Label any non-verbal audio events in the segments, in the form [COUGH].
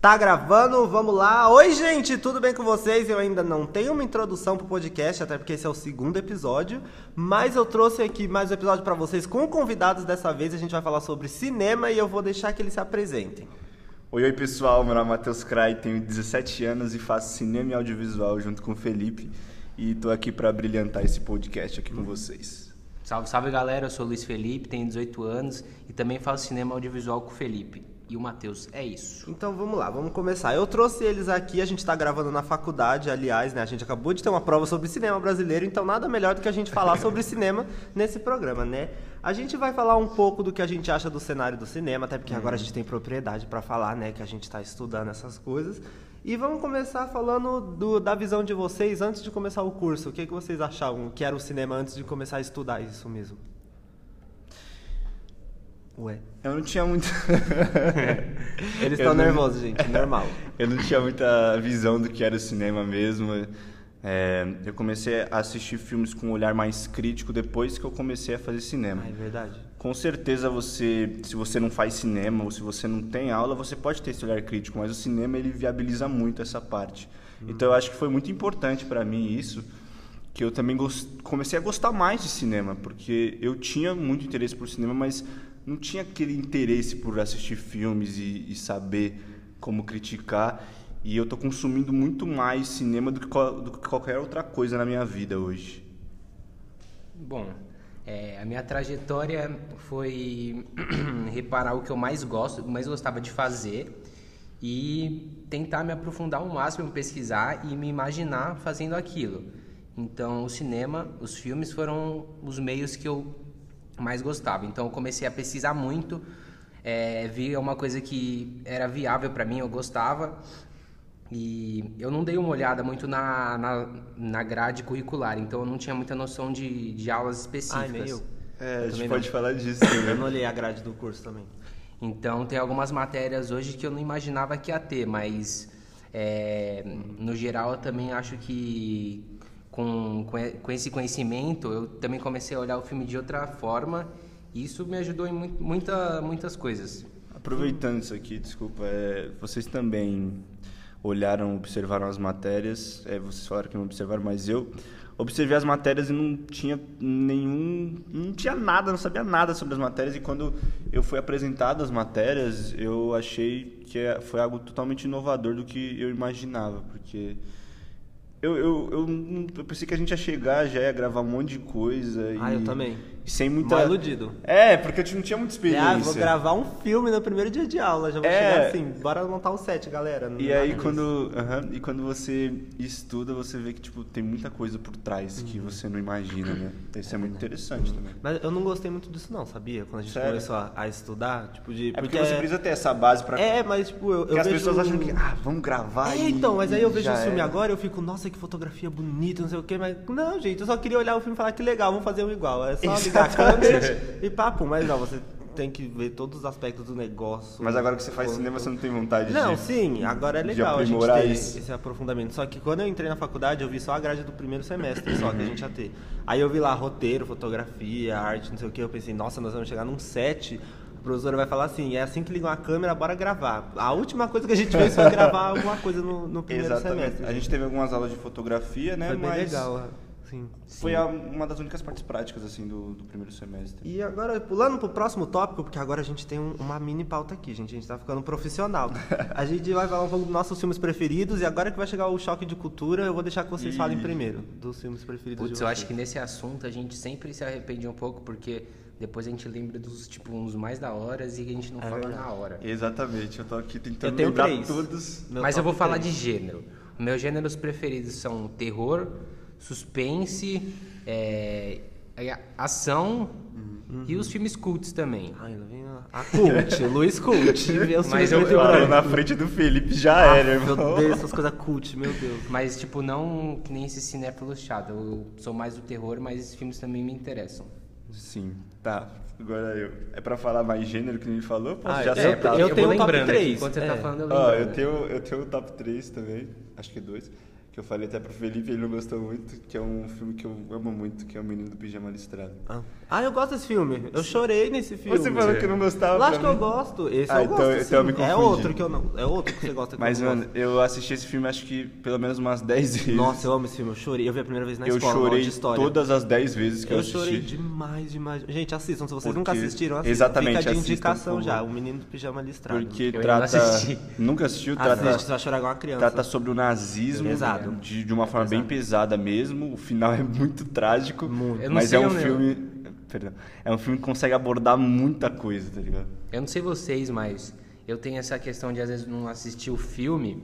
Tá gravando? Vamos lá. Oi, gente, tudo bem com vocês? Eu ainda não tenho uma introdução pro podcast, até porque esse é o segundo episódio, mas eu trouxe aqui mais um episódio pra vocês com convidados dessa vez. A gente vai falar sobre cinema e eu vou deixar que eles se apresentem. Oi, oi pessoal, meu nome é Matheus Crai, tenho 17 anos e faço cinema e audiovisual junto com o Felipe e tô aqui pra brilhantar esse podcast aqui com vocês. Salve, salve galera, eu sou o Luiz Felipe, tenho 18 anos e também faço cinema audiovisual com o Felipe. E o Matheus, é isso. Então vamos lá, vamos começar. Eu trouxe eles aqui, a gente tá gravando na faculdade, aliás, né? A gente acabou de ter uma prova sobre cinema brasileiro, então nada melhor do que a gente [LAUGHS] falar sobre cinema nesse programa, né? A gente vai falar um pouco do que a gente acha do cenário do cinema, até porque Uhum. agora a gente tem propriedade pra falar, né? Que a gente tá estudando essas coisas. E vamos começar falando do- da visão de vocês antes de começar o curso. O que, que vocês achavam que era o cinema antes de começar a estudar isso mesmo? Ué. Eu não tinha muito. [LAUGHS] Eles Eu estão não- nervosos, gente, normal. [LAUGHS] Eu não tinha muita visão do que era o cinema mesmo. É, eu comecei a assistir filmes com um olhar mais crítico depois que eu comecei a fazer cinema. Ah, é verdade. Com certeza você, se você não faz cinema ou se você não tem aula, você pode ter esse olhar crítico, mas o cinema ele viabiliza muito essa parte. Então eu acho que foi muito importante para mim isso, que eu também gos- comecei a gostar mais de cinema, porque eu tinha muito interesse por cinema, mas não tinha aquele interesse por assistir filmes e, e saber como criticar. E eu tô consumindo muito mais cinema do que, qual- do que qualquer outra coisa na minha vida hoje. Bom, é, a minha trajetória foi [CLEARS THROAT] reparar o que eu mais gosto, mais gostava de fazer e tentar me aprofundar ao máximo, pesquisar e me imaginar fazendo aquilo. Então, o cinema, os filmes foram os meios que eu mais gostava. Então, eu comecei a pesquisar muito, é, vi uma coisa que era viável para mim, eu gostava. E eu não dei uma olhada muito na, na, na grade curricular, então eu não tinha muita noção de, de aulas específicas. Ai, Ah, nem eu. É, tipo, a gente também pode falar disso Eu [LAUGHS] também. não olhei a grade do curso também. Então tem algumas matérias hoje que eu não imaginava que ia ter, mas é, no geral eu também acho que com, com e- com esse conhecimento eu também comecei a olhar o filme de outra forma e isso me ajudou em mu- muita, muitas coisas. Aproveitando isso aqui, desculpa, é, vocês também olharam, observaram as matérias, é, vocês falaram que não observaram, mas eu observei as matérias e não tinha nenhum, não tinha nada, não sabia nada sobre as matérias e quando eu fui apresentado as matérias, eu achei que é- foi algo totalmente inovador do que eu imaginava, porque eu, eu, eu, não- eu pensei que a gente ia chegar já ia gravar um monte de coisa Ah, e, eu também. e sem muita Mal iludido. Então, É, porque eu não tinha muita experiência. Ah, vou gravar um filme no primeiro dia de aula. Já vou É. chegar assim, bora montar um set, galera. Não E nada aí disso. quando, aham, e quando você estuda, você vê que tipo tem muita coisa por trás que Uhum. você não imagina, né? Isso é muito interessante também. Mas eu não gostei muito disso não, sabia? Quando a gente Sério? começou a, a estudar, tipo de... É porque, você precisa ter essa base pra É, mas tipo, eu, eu porque as vejo... pessoas acham que ah, vamos gravar É, e- então, mas aí eu e vejo já o filme era. agora e eu fico, nossa, que fotografia bonita, não sei o quê, mas. Não, gente, eu só queria olhar o filme e falar que legal, vamos fazer um igual. É só ligar a câmera e papo, mas não, você tem que ver todos os aspectos do negócio. Mas agora que você faz cinema, você não tem vontade Não, É de sim, agora é de legal a gente aprimorar ter isso. esse aprofundamento. Só que quando eu entrei na faculdade, eu vi só a grade do primeiro semestre, só que a gente ia ter. Aí eu vi lá roteiro, fotografia, arte, não sei o que. Eu pensei, nossa, nós vamos chegar num set. A professora vai falar assim: é assim que ligam a câmera, bora gravar. A última coisa que a gente fez foi gravar alguma coisa no, no primeiro Exatamente. semestre. A gente teve algumas aulas de fotografia, né, foi bem mas legal, sim. Foi a- uma das únicas partes práticas assim do, do primeiro semestre. E agora, pulando pro próximo tópico, porque agora a gente tem um- uma mini pauta aqui, gente. A gente tá ficando profissional. A gente vai falar um pouco dos nossos filmes preferidos e agora que vai chegar o choque de cultura, eu vou deixar que vocês Ih. falem primeiro dos filmes preferidos Putz, de eu vocês. acho que nesse assunto a gente sempre se arrepende um pouco porque depois a gente lembra dos tipo uns mais da hora e a gente não fala na hora. Exatamente. Eu tô aqui tentando Eu tenho lembrar três. todos. Meu Mas eu top vou falar três. de gênero. Meus gêneros preferidos são terror, suspense, é, é, ação e os filmes cults também. Ai, lá vem a- a Cult, Luiz [LAUGHS] Cult. Vê os Mas filmes eu- preto e Claro, branco. na frente do Felipe já Ah, era, irmão. Meu Deus, essas coisas cult, meu Deus. Mas, tipo, não que nem esse cinéfilo chato. Eu sou mais do terror, mas esses filmes também me interessam. Sim, tá. Agora eu. É pra falar mais gênero que ele falou? Posso Ah, já é, soltar? eu vou tenho um top lembrando aqui, três, Enquanto você é. tá falando, eu Ó, lembro. eu tenho, eu tenho o top 3 também, acho que dois, que eu falei até pro Felipe, ele não gostou muito, que é um filme que eu amo muito, que é O Menino do Pijama Listrado. Ah. Ah, eu gosto desse filme. Eu chorei nesse filme. é. Você falou que não gostava. Lógico que pra eu mim. gosto. Esse Ah, eu então- gosto. então sim. eu me É confundi. outro que eu não. É outro que você gosta que Mas, eu não mano, eu assisti esse filme acho que pelo menos umas 10 vezes. gosto. Nossa, eu amo esse filme. Eu chorei. Eu vi a primeira vez na eu escola, na aula chorei de história. todas as 10 vezes que eu, Eu assisti. chorei demais, demais. Gente, assistam. Se vocês Porque- nunca assistiram, assistam. Exatamente, Fica de assistam, indicação por já. favor. O menino do pijama listrado. Porque ainda não trata. assisti. [LAUGHS] Nunca assistiu? Assiste, Trata, você vai chorar igual uma criança. trata sobre o nazismo Pesado. De, de uma forma bem pesada mesmo. O final [LAUGHS] é muito trágico. Muito. Eu não Mas sei é um o meu. filme. Perdão. É um filme que consegue abordar muita coisa, tá ligado? Eu não sei vocês, mas eu tenho essa questão de às vezes não assistir o filme,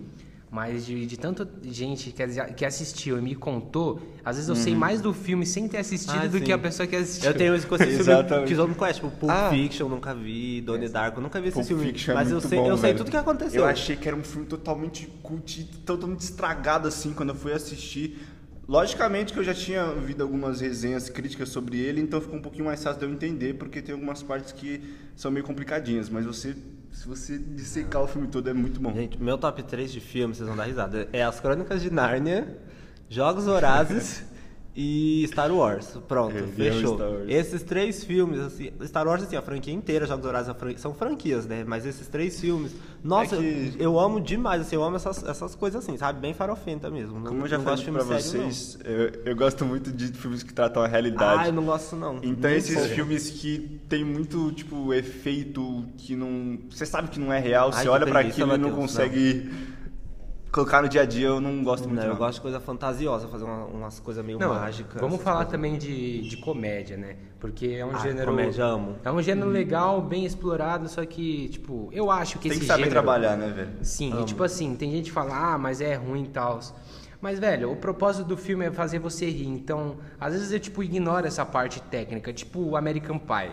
mas de, de tanto gente que, as- que assistiu e me contou, às vezes eu sei mais do filme sem ter assistido Uhum. Ah, do sim. que a pessoa que assistiu. Eu tenho esse conceito sobre Exatamente. que eu não conheço. Tipo, Pulp Ah. Fiction, nunca vi. Donnie Darko, nunca vi esse Pulp filme. Fiction é mas eu muito sei, bom, eu sei velho. tudo o que aconteceu. Eu achei que era um filme totalmente cult, e totalmente estragado assim quando eu fui assistir. Logicamente que eu já tinha ouvido algumas resenhas críticas sobre ele, então ficou um pouquinho mais fácil de eu entender, porque tem algumas partes que são meio complicadinhas, mas você se você dissecar o filme todo é muito bom. Gente, meu top 3 de filme, vocês vão dar risada. É As Crônicas de Nárnia, Jogos Vorazes e Star Wars. Pronto, Eu vi o fechou. Star Wars. Esses três filmes, assim, Star Wars, assim, a franquia inteira, Jogos Vorazes, a fran- são franquias, né? Mas esses três filmes, nossa, É que- eu, eu amo demais, assim, eu amo essas, essas coisas assim, sabe? Bem farofenta mesmo. Não- Como eu já não falei gosto de pra filme sério, não. vocês, eu, eu gosto muito de filmes que tratam a realidade. Ah, eu não gosto não. Então Nem um esses pouco. filmes que tem muito, tipo, efeito que não. Você sabe que não é real, Ai, você que olha pra preguiça, aquilo e não Matheus, consegue colocar no dia a dia, eu não gosto muito. Não, Não, eu gosto de coisa fantasiosa, fazer uma- umas coisas meio Não, mágicas. vamos essas falar coisas. também de, de comédia, né? Porque é um Ah, gênero. comédia, amo. Uhum. É um gênero legal, bem explorado, só que, tipo, eu acho que Tem esse que saber gênero- trabalhar, né, velho? Sim, e tipo assim, tem gente que fala, ah, mas é ruim e tal. Mas, velho, o propósito do filme é fazer você rir. Então, às vezes eu, tipo, ignoro essa parte técnica, tipo o American Pie.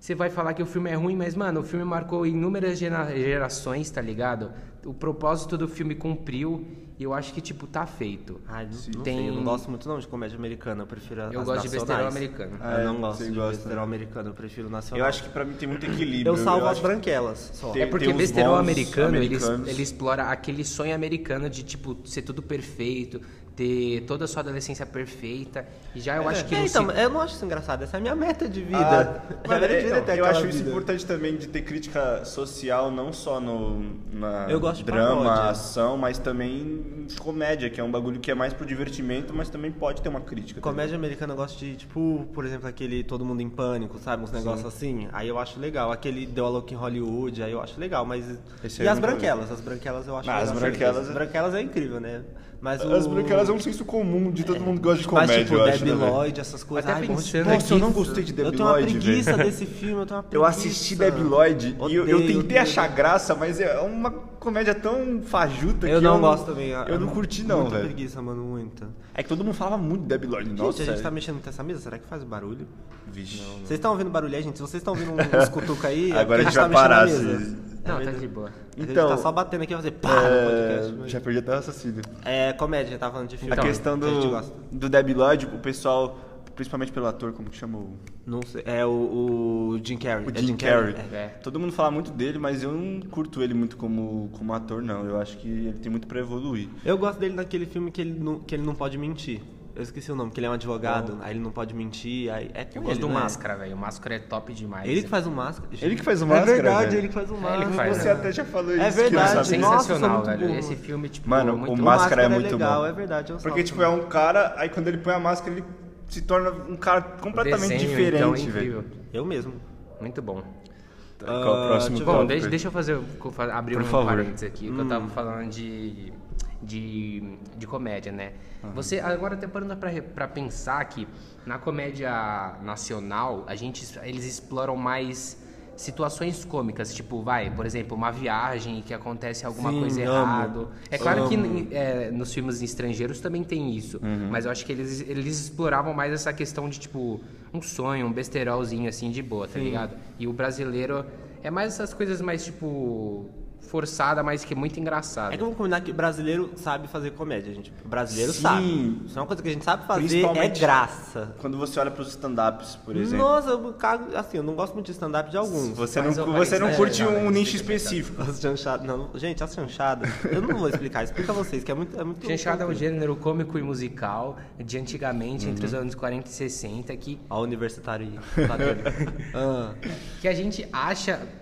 Você vai falar que o filme é ruim, mas, mano, o filme marcou inúmeras gera- gerações, tá ligado? O propósito do filme cumpriu e eu acho que, tipo, tá feito. Ai, não, Sim. não Tem- um sei, eu não gosto muito não de comédia americana, eu prefiro as Eu gosto de nacionais. besterol americano. Ah, eu é, não gosto você de gosta, besterol americano, eu prefiro nacional. Eu acho que pra mim tem muito equilíbrio. eu salvo as acho que branquelas só. Tem- É porque uns besterol bons americano, ele, es- americanos. ele explora aquele sonho americano de, tipo, ser tudo perfeito, ter toda a sua adolescência perfeita. E já eu acho que É, não então, se- eu não acho isso engraçado, essa é a minha meta de vida. Ah, Minha mas meta é, de vida é ter então, eu aquela acho isso vida. importante também de ter crítica social, não só no na Eu gosto de drama, paródia. ação, mas também em comédia, que é um bagulho que é mais pro divertimento, mas também pode ter uma crítica. tá Comédia americana eu gosto de, tipo, por exemplo, aquele Todo Mundo em Pânico, sabe? Uns negócios assim. Aí eu acho legal. Aquele Deu a Louca em Hollywood, aí eu acho legal. Mas. Esse e aí eu as nunca vi. branquelas? As branquelas eu acho Ah, as legal. branquelas- As branquelas é incrível, né? Mas As o- branquelas é um senso comum de todo mundo que gosta de Mas, comédia, tipo, eu acho. Debbie né, velho? Lloyd, essas coisas. Até Ai, bom de pensando preguiça. Nossa, eu não gostei de Eu Debbie tenho uma Lloyd, velho. preguiça desse filme, eu tenho uma Eu preguiça. assisti Debbie Lloyd e eu, eu Odeio, tentei odeio. achar graça, mas é uma comédia tão fajuta Eu que não gosto também. ah, Eu não curti não, Muita velho. preguiça, mano, muita. É que todo mundo falava muito de Debbie Lloyd, nossa. gente, a gente é- tá mexendo muito nessa mesa, será que faz barulho? Vixe. Vocês estão ouvindo barulho aí, gente? Se vocês estão [LAUGHS] ouvindo um uns cutuca aí, é Agora porque a gente vai tá parar, mexendo na se- mesa. Não, tá de boa. Então, Então- a gente tá só batendo aqui e fazer pá no podcast. É, mas- já perdi até o raciocínio. É comédia, tá falando de filme. a questão que a gente do, gosta. do Debbie Lloyd, o pessoal, principalmente pelo ator, como que chama o... Não sei, é o, o Jim Carrey. O É Jim, Carrey. É. É. Todo mundo fala muito dele, mas eu não curto ele muito como, como ator, não. Eu acho que ele tem muito pra evoluir. É. Eu gosto dele naquele filme que ele não, que ele não pode mentir. Eu esqueci o nome, que ele é um advogado, aí ele não pode mentir, aí é com Eu gosto ele, do né? Máscara, velho. O Máscara é top demais. Ele que faz o máscara. Ele que faz o É Máscara, verdade, velho. ele que faz o É, máscara. ele que faz, Você né? até já falou É isso. que eu verdade, sabia. Nossa, Sensacional, muito velho. bom. Esse filme, tipo, Mano, muito o O bom. Máscara é é muito legal, bom. é verdade. Eu Porque, salvo tipo, é um cara, aí quando ele põe a máscara, ele se torna um cara completamente Desenho, diferente, então, é velho. incrível. também. Eu mesmo. Muito bom. Qual é o Ah, próximo deixa eu ver. Bom, tópico? deixa, deixa eu fazer, co- fa- abrir Por um favor. parênteses aqui, que eu tava falando de, de, de comédia, né? Você, agora até parando pra, re- pra pensar que na comédia nacional, a gente, es- eles exploram mais situações cômicas, tipo, vai, por exemplo, uma viagem que acontece alguma Sim, coisa amo. errada. É claro que Amo. em- é, nos filmes estrangeiros também tem isso, Uhum. mas eu acho que eles, eles exploravam mais essa questão de, tipo, um sonho, um besterolzinho, assim, de boa, tá ligado? E o brasileiro é mais essas coisas mais, tipo, forçada, mas que é muito engraçada. É que vamos combinar que brasileiro sabe fazer comédia, gente. O brasileiro Sim. sabe. Isso é uma coisa que a gente sabe fazer, é Principalmente- graça. Quando você olha pros stand-ups, por exemplo. Nossa, eu cago, assim, eu não gosto muito de stand-up de alguns. Você Mas não, eu- você mas não é, curte não, um nicho mas tem que respeitar. [LAUGHS] específico. As chanchadas. Não, gente, as chanchadas. Eu não vou explicar, explica vocês, que é muito. É muito Chanchada é um gênero cômico e musical de antigamente, entre Uhum. os anos 40 e 60, que, Ó, o universitário [LAUGHS] aí. tá vendo? Ah. que a gente acha,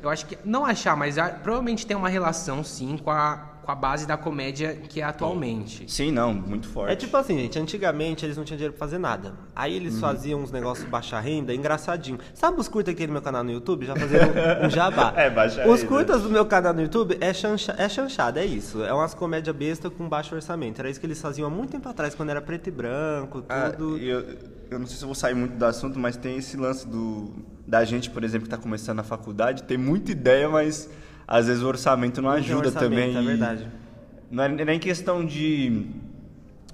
eu acho que, não achar, mas a- provavelmente tem uma relação, sim, com a, com a base da comédia que é atualmente. Sim, não, muito forte. É tipo assim, gente, antigamente eles não tinham dinheiro pra fazer nada. Aí eles Uhum. faziam uns negócios de baixa renda, engraçadinho. Sabe os curtas que tem no meu canal no YouTube? Já fazendo um jabá. [LAUGHS] É, baixa Os renda. curtas do meu canal no YouTube é, chancha, é chanchada, é isso. É umas comédia besta com baixo orçamento. Era isso que eles faziam há muito tempo atrás, quando era preto e branco, Ah, tudo. É, e eu, eu não sei se eu vou sair muito do assunto, mas tem esse lance do da gente, por exemplo, que está começando na faculdade, tem muita ideia, mas às vezes o orçamento não Não tem ajuda orçamento, também. é e verdade. Não é nem questão de,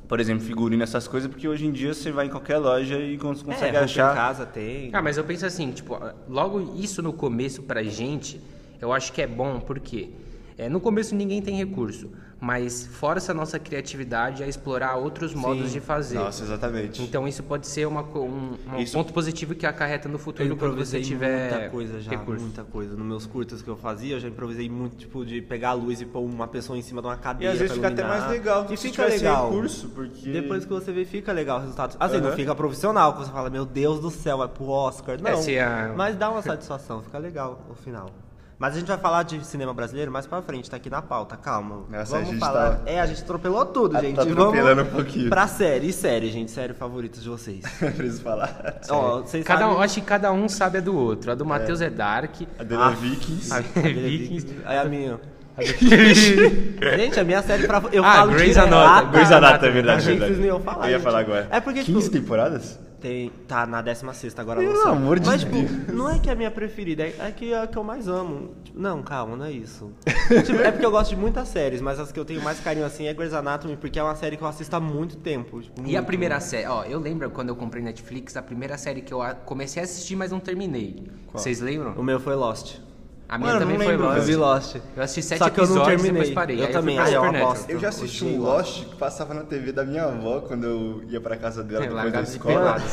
por exemplo, figurino, essas coisas, porque hoje em dia você vai em qualquer loja e cons- é, consegue roupa em achar. casa tem. Ah, mas eu penso assim, tipo, logo isso no começo pra gente, eu acho que é bom, porque é, no começo ninguém tem recurso, mas força a nossa criatividade a explorar outros modos de fazer. Nossa, exatamente. Então isso pode ser uma, co- um, um Isso- ponto positivo que acarreta no Eu futuro quando você improvisei tiver muita coisa já, recurso. muita coisa. Nos meus curtas que eu fazia, eu já improvisei muito, tipo, de pegar a luz e pôr uma pessoa em cima de uma e cadeira. às vezes pra fica até iluminar. mais legal do E que se fica tivesse legal. recurso, porque [LAUGHS] Depois que você vê, fica legal o resultado. Assim, não Aham. fica profissional, que você fala, meu Deus do céu, é pro Oscar. Não, É, se a- mas dá uma satisfação, fica legal o final. Mas a gente vai falar de cinema brasileiro mais pra frente, tá aqui na pauta, calma. Nossa, Vamos a gente falar. tá- É, a gente atropelou tudo, Tá gente. atropelando Vamos um pouquinho. Pra série, e série, gente, série favorita de [LAUGHS] vocês. preciso [LAUGHS] falar. Ó, vocês Cada um, [LAUGHS] sabem... acho que cada um sabe a do outro. A do Matheus é, Dark. A Dela Ah. Vikings. [LAUGHS] A [LAUGHS] Vikings. É a minha. [LAUGHS] Gente, a minha série pra. Eu Ah, falo Grey's direto. Anatomy. Ah, tá. Grey's Anatomy, é Achei verdade. que verdade. vocês não iam falar, Eu ia gente. falar agora. É porque, tipo, 15 temporadas? Tem, tá na 16 agora Pelo lançou. amor de Mas, tipo, Deus. não é que é a minha preferida, é é que é a que eu mais amo. Tipo, não, calma, não é isso. Tipo, é porque eu gosto de muitas séries, mas as que eu tenho mais carinho assim é Grey's Anatomy, porque é uma série que eu assisto há muito tempo. tipo, E a muito. primeira série, ó, eu lembro quando eu comprei Netflix, a primeira série que eu a- comecei a assistir, mas não terminei. Vocês O lembram? meu foi Lost. A minha Mano, eu também não foi lembro, Eu Lost. vi Lost. Eu assisti sete Só que eu não episódios e terminei. depois parei. Eu Aí eu também. fui Ah, pra é uma Supernatural. bosta. Eu já assisti um Lost que passava na TV da minha avó quando eu ia pra casa dela É, depois da largados e escola. [LAUGHS] pelados.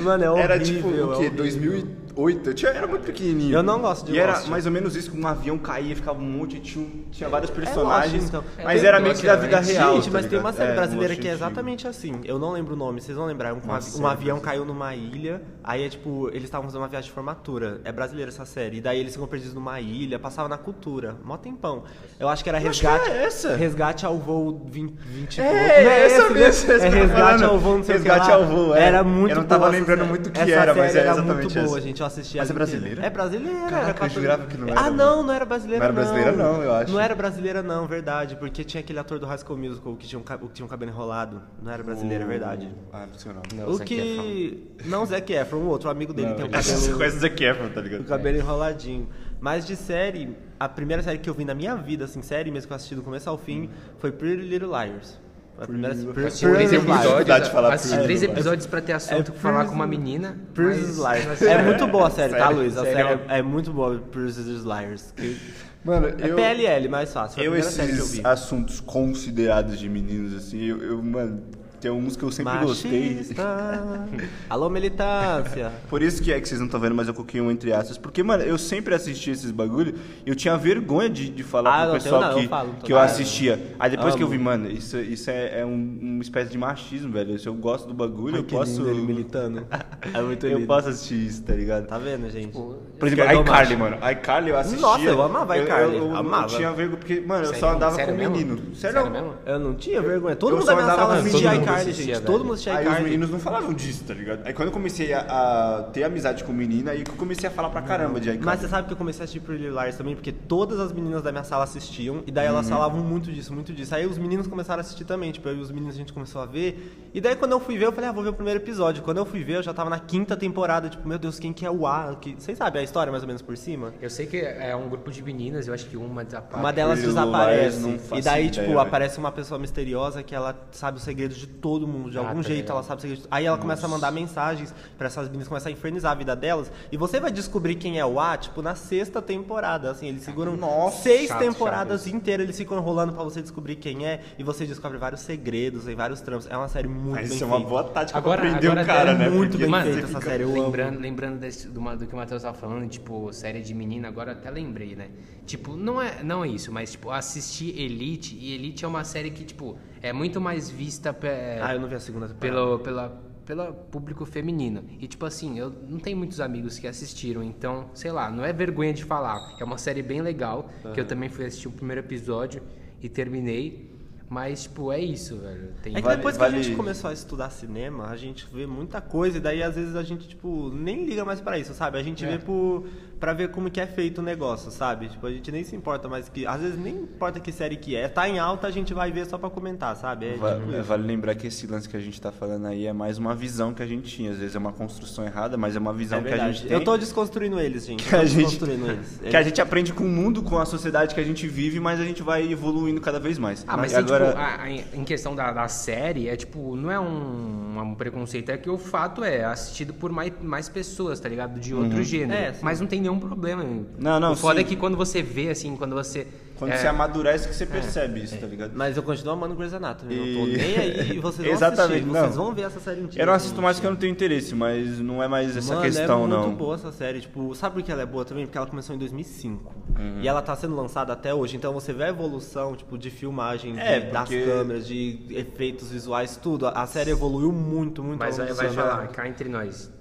Mano, é Era tipo horrível, o quê? é horrível. 2008? Eu tinha, era muito pequenininho. Eu não gosto de E era Lost. É, mais ou menos isso, que um avião caía, ficava um monte, tinha, um- tinha vários personagens. Lost, então. Mas É, era eu meio acho que que da era vida antigo. real. Gente, tá mas tem ligado? uma série É, brasileira Lost que é antigo. exatamente assim. Eu não lembro o nome, vocês vão lembrar. Um, Uma avi- um série avião caiu numa ilha, aí é tipo, eles estavam fazendo uma viagem de formatura. É brasileira essa série. E daí eles ficam perdidos numa ilha, passava na cultura. Mó tempão. Eu acho que era Eu acho que era resgate. essa. Resgate ao voo 20, 20 É, não essa esse, né? mesmo, essa É que eu tô resgate falando. ao voo, não sei o que Resgate lá. ao Voo, é. Era muito Eu não tava boa essa lembrando série. muito o que Essa era, mas série é era muito exatamente boa, essa. gente. Eu assisti Mas ela é inteira. brasileira? É brasileira. Caraca, era eu quatro- jurava que não era. Ah, não, não era brasileira. Não era brasileira, não, eu acho. Não era brasileira, não, verdade. Porque tinha aquele ator do High School Musical que tinha um, ca- que tinha um cabelo enrolado. Não era brasileira, é verdade. Ah, não sei [LAUGHS] o nome. Não, o Zac Efron. que. Não, o Zac Efron, o outro amigo dele Não, tem [LAUGHS] um Você cabelo. conhece o Zac Efron, tá O ligado? cabelo enroladinho. Mas de série, a primeira série que eu vi na minha vida, assim, série mesmo que eu assisti do começo ao fim, foi Pretty Little Liars. Foi A primeira Little- Pretty Assisti três Little Liars. dificuldade episódios, de falar assisti Prison três Life. episódios pra ter É assunto, pra falar com uma menina. Pretty mas- [LAUGHS] Liars. É muito boa a série, tá, Sério? Luiz? A Sério? série é, é muito boa, Pretty Liars. que- Mano, É eu... PLL, mais fácil. Foi a Eu, primeira série que eu esses vi. assuntos considerados de meninos, assim, eu, eu, mano, tem uns que eu sempre gostei. Machista. Alô, militância. Por isso que é que vocês não estão vendo, mas eu coloquei um entre aspas. Porque, mano, eu sempre assisti esses bagulho e eu tinha vergonha de, de Ah, falar não, pro eu pessoal tenho não, que, eu falo, tô que eu ligado. assistia. Aí depois que eu Amo. vi, mano, isso, isso é, é um- uma espécie de machismo, velho. Se eu gosto do bagulho, Ai, eu que posso. lindo ele militando. É muito eu lindo. posso assistir isso, tá ligado? Tá vendo, gente? Por exemplo, Esquerdo iCarly, macho. mano. iCarly eu assistia. Nossa, eu amava Eu, iCarly, eu, eu, amava. tinha vergonha, porque, mano, eu só Sério? andava Sério com um mesmo? menino. Sério mesmo? Eu não tinha vergonha. Todo Eu mundo da só minha andava sala na- assistia todo mundo iCarly, assistia, gente. velho. Todo mundo assistia Aí os iCarly. meninos não falavam disso, tá ligado? Aí quando eu comecei a, a ter amizade com menina, aí que eu comecei a falar pra caramba de iCarly. Mas você sabe que eu comecei a assistir Pretty Little Liars também, porque todas as meninas da minha sala assistiam, e daí Uhum. elas falavam muito disso, muito disso. Aí os meninos começaram a assistir também, tipo, aí os meninos a gente começou a ver. E daí quando eu fui ver, eu falei, ah, vou ver o primeiro episódio. Quando eu fui ver, eu já tava na quinta temporada, tipo, meu Deus, quem que é o A? Que... Vocês sabem a história mais ou menos por cima? Eu sei que é um grupo de meninas, eu acho que uma desaparece. Uma delas Pretty Little Liars, desaparece. não faço E daí, ideia, né? tipo, velho. aparece uma pessoa misteriosa que ela sabe o segredo de todo mundo, de Ah, algum tá jeito ligado. ela sabe seguir. Aí ela começa a mandar mensagens pra essas meninas, começa a infernizar a vida delas. E você vai descobrir quem é o A, tipo, na sexta temporada. Assim, eles seguram Nossa, seis chato, temporadas inteiras, eles ficam enrolando pra você descobrir quem é. E você descobre vários segredos e vários trampos. É uma série muito Mas bem isso é uma feita. boa tática Agora, pra prender agora o cara, é né? muito Porque bem você feito fica- essa [LAUGHS] série, eu amo. lembrando, lembrando desse- do, ma- do que o Matheus tava falando, tipo, série de menina, agora até lembrei, né? Tipo, não é, não é isso, mas tipo, assisti Elite, e Elite é uma série que, tipo, é muito mais vista pe- Ah, eu não vi a segunda temporada. pelo, pela, pelo público feminino. E tipo assim, eu não tenho muitos amigos que assistiram, então, sei lá, não é vergonha de falar. É uma série bem legal, que eu também fui assistir o primeiro episódio e terminei. Mas, tipo, é isso, velho. Tem É que Vale- depois que a vale- gente começou a estudar cinema, a gente vê muita coisa e daí às vezes a gente, tipo, nem liga mais pra isso, sabe? A gente É. vê por, pra ver como que é feito o negócio, sabe? Tipo, a gente nem se importa mais que... Às vezes nem importa que série que é. Tá em alta, a gente vai ver só pra comentar, sabe? É, Va- tipo, é, Vale lembrar que esse lance que a gente tá falando aí é mais uma visão que a gente tinha. Às vezes é uma construção errada, mas é uma visão é que a verdade. gente tem. Eu tô desconstruindo eles, gente. que Eu a tô gente, desconstruindo eles. que a gente aprende com o mundo, com a sociedade que a gente vive, mas a gente vai evoluindo cada vez mais. Ah, mas E tem, agora tipo, a- a- em questão da, da série, é tipo, não é um, um preconceito, é que o fato é assistido por mais, mais pessoas, tá ligado? De outro gênero. É, sim. mas não tem nenhum problema. Uhum. Não, não, O foda sim. é que quando você vê, assim, quando você. ah, quando é, você amadurece que você percebe isso, É. tá ligado? Mas eu continuo amando Grey's Anatomy. Eu não tô E- nem [LAUGHS] aí e vocês vão Exatamente, assistir. não. Vocês vão ver essa série inteira. Eu não assisto gente. mais porque eu não tenho interesse, mas não é mais essa Mano, questão, é não. muito boa essa série. Tipo, sabe por que ela é boa também? Porque ela começou em 2005. Uhum. E ela tá sendo lançada até hoje. Então você vê a evolução, tipo, de filmagem, de- É, das porque- câmeras, de efeitos visuais, tudo. A série evoluiu muito, muito. Então, Mas ao vai, longo vai dos anos. falar, cá entre nós.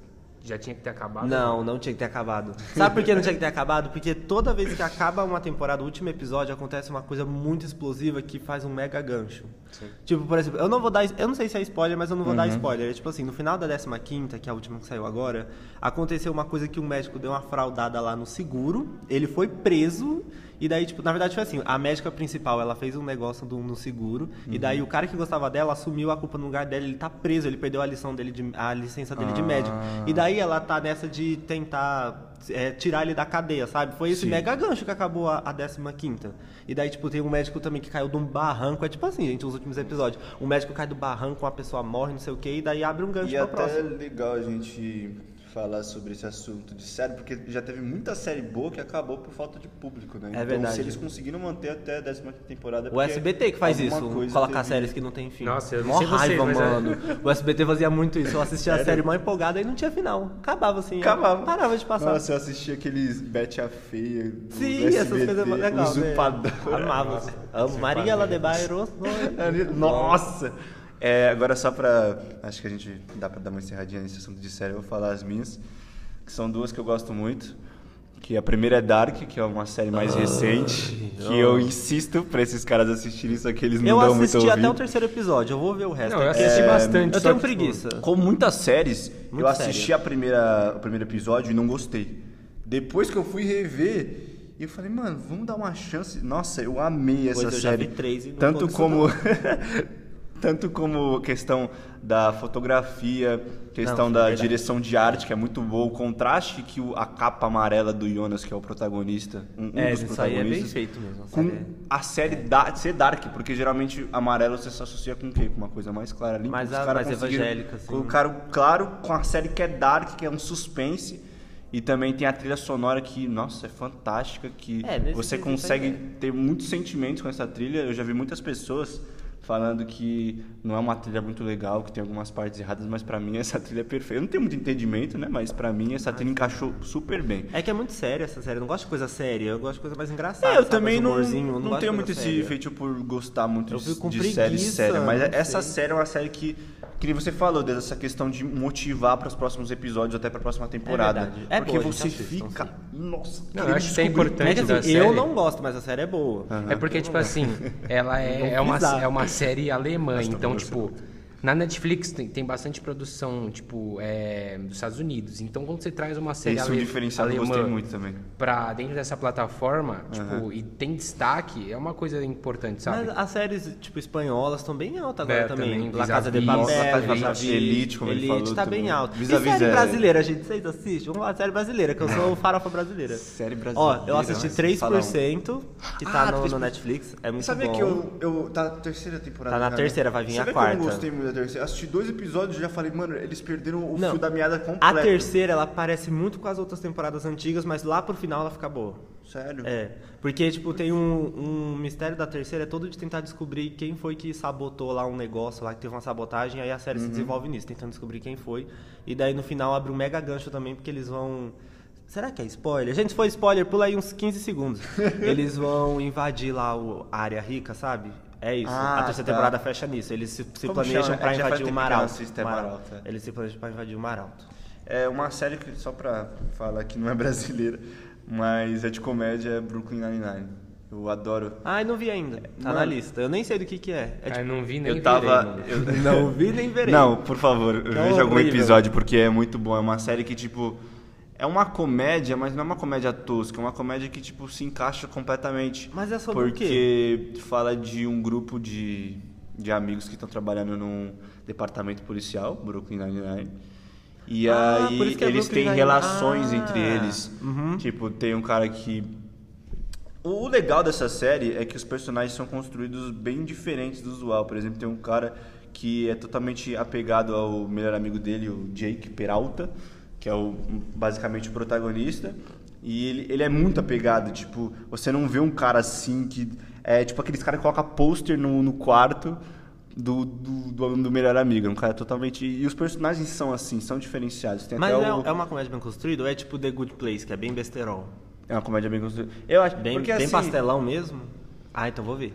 Já tinha que ter acabado. Não, não tinha que ter acabado. Sabe por que não tinha que ter acabado? Porque toda vez que acaba uma temporada, o último episódio, acontece uma coisa muito explosiva que faz um mega gancho. Tipo, por exemplo, eu não vou dar. Eu não sei se é spoiler, mas eu não vou dar spoiler. É tipo assim, no final da 15, que é a última que saiu agora, aconteceu uma coisa que o médico deu uma fraudada lá no seguro, ele foi preso. E daí, tipo, na verdade foi assim, a médica principal, ela fez um negócio do- no seguro, e daí o cara que gostava dela assumiu a culpa no lugar dela, ele tá preso, ele perdeu a lição dele de- a licença dele de médico. E daí ela tá nessa de tentar é, tirar ele da cadeia, sabe? Foi esse Sim. mega gancho que acabou a, a 15 E daí, tipo, tem um médico também que caiu de um barranco, é tipo assim, gente, os últimos episódios. Um médico cai do barranco, uma pessoa morre, não sei o quê, e daí abre um gancho E pra até é próxima. legal a gente falar sobre esse assunto de série, porque já teve muita série boa que acabou por falta de público, né? É então, verdade. se eles conseguiram manter até a 15 temporada... O SBT que faz isso, um colocar séries séries que não tem fim. Nossa, eu não Mó sei vocês, raiva, mas é- mano. O SBT fazia muito isso. Eu assistia a série mó empolgada e não tinha final. Acabava assim. Acabava. Parava de passar. Nossa, eu assisti aqueles Bete a Feia. do Sim, SBT, essas coisas é né? legais. Usurpador. Amava. Amo. Maria Ladebairo. [LAUGHS] É, Nossa! É, agora só pra. Acho que a gente dá pra dar uma encerradinha nesse assunto de série, eu vou falar as minhas. Que são duas que eu gosto muito. Que a primeira é Dark, que é uma série mais recente. Que eu insisto pra esses caras assistirem, só que eles não Eu dão muito assisti até o ouvido. terceiro episódio. Eu vou ver o resto. Não, eu aqui. assisti É, bastante, Eu só tenho que, tipo, preguiça. Com muitas séries, eu Muita assisti série. a primeira, o primeiro episódio e não gostei. Depois que eu fui rever, eu falei, mano, vamos dar uma chance. Nossa, eu amei essa Pois eu já série. vi três e não tanto tô gostando. como [LAUGHS] tanto como questão da fotografia, Não, questão é da verdade. direção de arte, que é muito boa, o contraste que o- a capa amarela do Jonas, que é o protagonista, um, um É, dos isso aí é bem protagonistas, feito mesmo, a com série é- a série da, ser dark, porque geralmente amarelo você só associa com o quê? Com uma coisa mais clara, limpa. Mais os a- caras mais conseguiram evangélica, assim. colocar colocaram claro com a série que é dark, que é um suspense. E também tem a trilha sonora que, nossa, é fantástica, que É, nesse você quesito consegue aí ter muitos sentimentos com essa trilha. Eu já vi muitas pessoas falando que não é uma trilha muito legal, que tem algumas partes erradas, mas pra mim essa trilha é perfeita. Eu não tenho muito entendimento, né? Mas pra mim Ah, essa trilha encaixou super bem. É que é muito séria essa série. Eu não gosto de coisa séria. Eu gosto de coisa mais engraçada. É, eu sabe? também Mais não, humorzinho, eu não, gosto de tenho coisa muito esse séria. feitio por gostar muito né? Eu de, fico com de série preguiça, séria, mas não essa sei. série é uma série que, que nem você falou, dessa questão de motivar para os próximos episódios, até para a próxima temporada. verdade. É porque boa, gente, você assistam, fica. sim. Nossa, Não, eu querendo acho que isso descobrir é É importante que da assim, eu série. não gosto, mas a série é boa. É porque, tipo [LAUGHS] assim, ela é, é uma, bizarro. é uma série alemã, tá então, bom, tipo, na Netflix tem, tem bastante produção, tipo, é, dos Estados Unidos. Então, quando você traz uma série Esse é um ale- diferencial que eu alemã gostei muito também. pra dentro dessa plataforma, tipo, e tem destaque, é uma coisa importante, sabe? Mas as séries, tipo, espanholas estão bem alta agora É, também. também. La Casa de Vis-a-vis, Papel, Vis-a-vis, Vis-a-Vis, Elite, como ele falou tá também. bem alta. E Vis-a-vis série é- brasileira, gente? Vocês assistem? Vamos falar de série brasileira, que eu sou o farofa brasileira. Série Ó, brasileira, eu assisti mas tem que falar um. 3%, que tá Ah, no, no 3%. Netflix. É muito Sabia bom. que eu, eu. Tá na terceira temporada. Tá na cara. terceira, vai vir a Sabe que quarta. Eu não gostei muito da terceira. Assisti dois episódios e já falei, mano, eles perderam o Não. fio da meada é A completo. terceira, ela parece muito com as outras temporadas antigas, mas lá pro final ela fica boa. Sério? É, porque, tipo, tem um, um mistério da terceira, é todo de tentar descobrir quem foi que sabotou lá um negócio, lá que teve uma sabotagem, aí a série Uhum. se desenvolve nisso, tentando descobrir quem foi. E daí no final abre um mega gancho também, porque eles vão. Será que é spoiler? Gente, se for spoiler, pula aí uns 15 [LAUGHS] segundos. Eles vão invadir lá o- a área rica, sabe? É isso. Ah, a terceira tá. temporada fecha nisso. Eles se, se Como planejam chama? pra É, já faz invadir o tempo que eu não Maralto. assisto, é Maralto, é. Eles se planejam pra invadir o Maralto. É uma série que, só pra falar que não é [LAUGHS] brasileira, mas é de comédia, é Brooklyn Nine-Nine. Eu adoro. Ai, não vi ainda. Tá na Mano. lista. Eu nem sei do que que é. É tipo, Aí não vi nem tipo, né? eu tava. virei, mano. [LAUGHS] eu- Não vi nem verei. Não, por favor, Não, veja [LAUGHS] algum horrível. episódio, porque é muito bom. É uma série que, tipo. É uma comédia, mas não é uma comédia tosca, é uma comédia que, tipo, se encaixa completamente. Mas é sobre o Porque fala de um grupo de, de amigos que estão trabalhando num departamento policial, Brooklyn Nine-Nine. E Ah, por aí isso que é eles Brooklyn têm Nine-Nine. relações Ah. entre eles. Uhum. Tipo, tem um cara que o legal dessa série é que os personagens são construídos bem diferentes do usual. Por exemplo, tem um cara que é totalmente apegado ao melhor amigo dele, o Jake Peralta, que é o, basicamente o protagonista. E ele, ele é muito apegado, tipo, você não vê um cara assim que. É tipo aqueles caras que colocam pôster no, no quarto do, do, do, do melhor amigo. É um cara totalmente. E os personagens são assim, são diferenciados. Tem Mas até é, o- é uma comédia bem construída ou é tipo The Good Place, que é bem besterol? é uma comédia bem construída. Eu acho Bem, porque, bem assim, pastelão mesmo? Ah, então [LAUGHS] vou ver.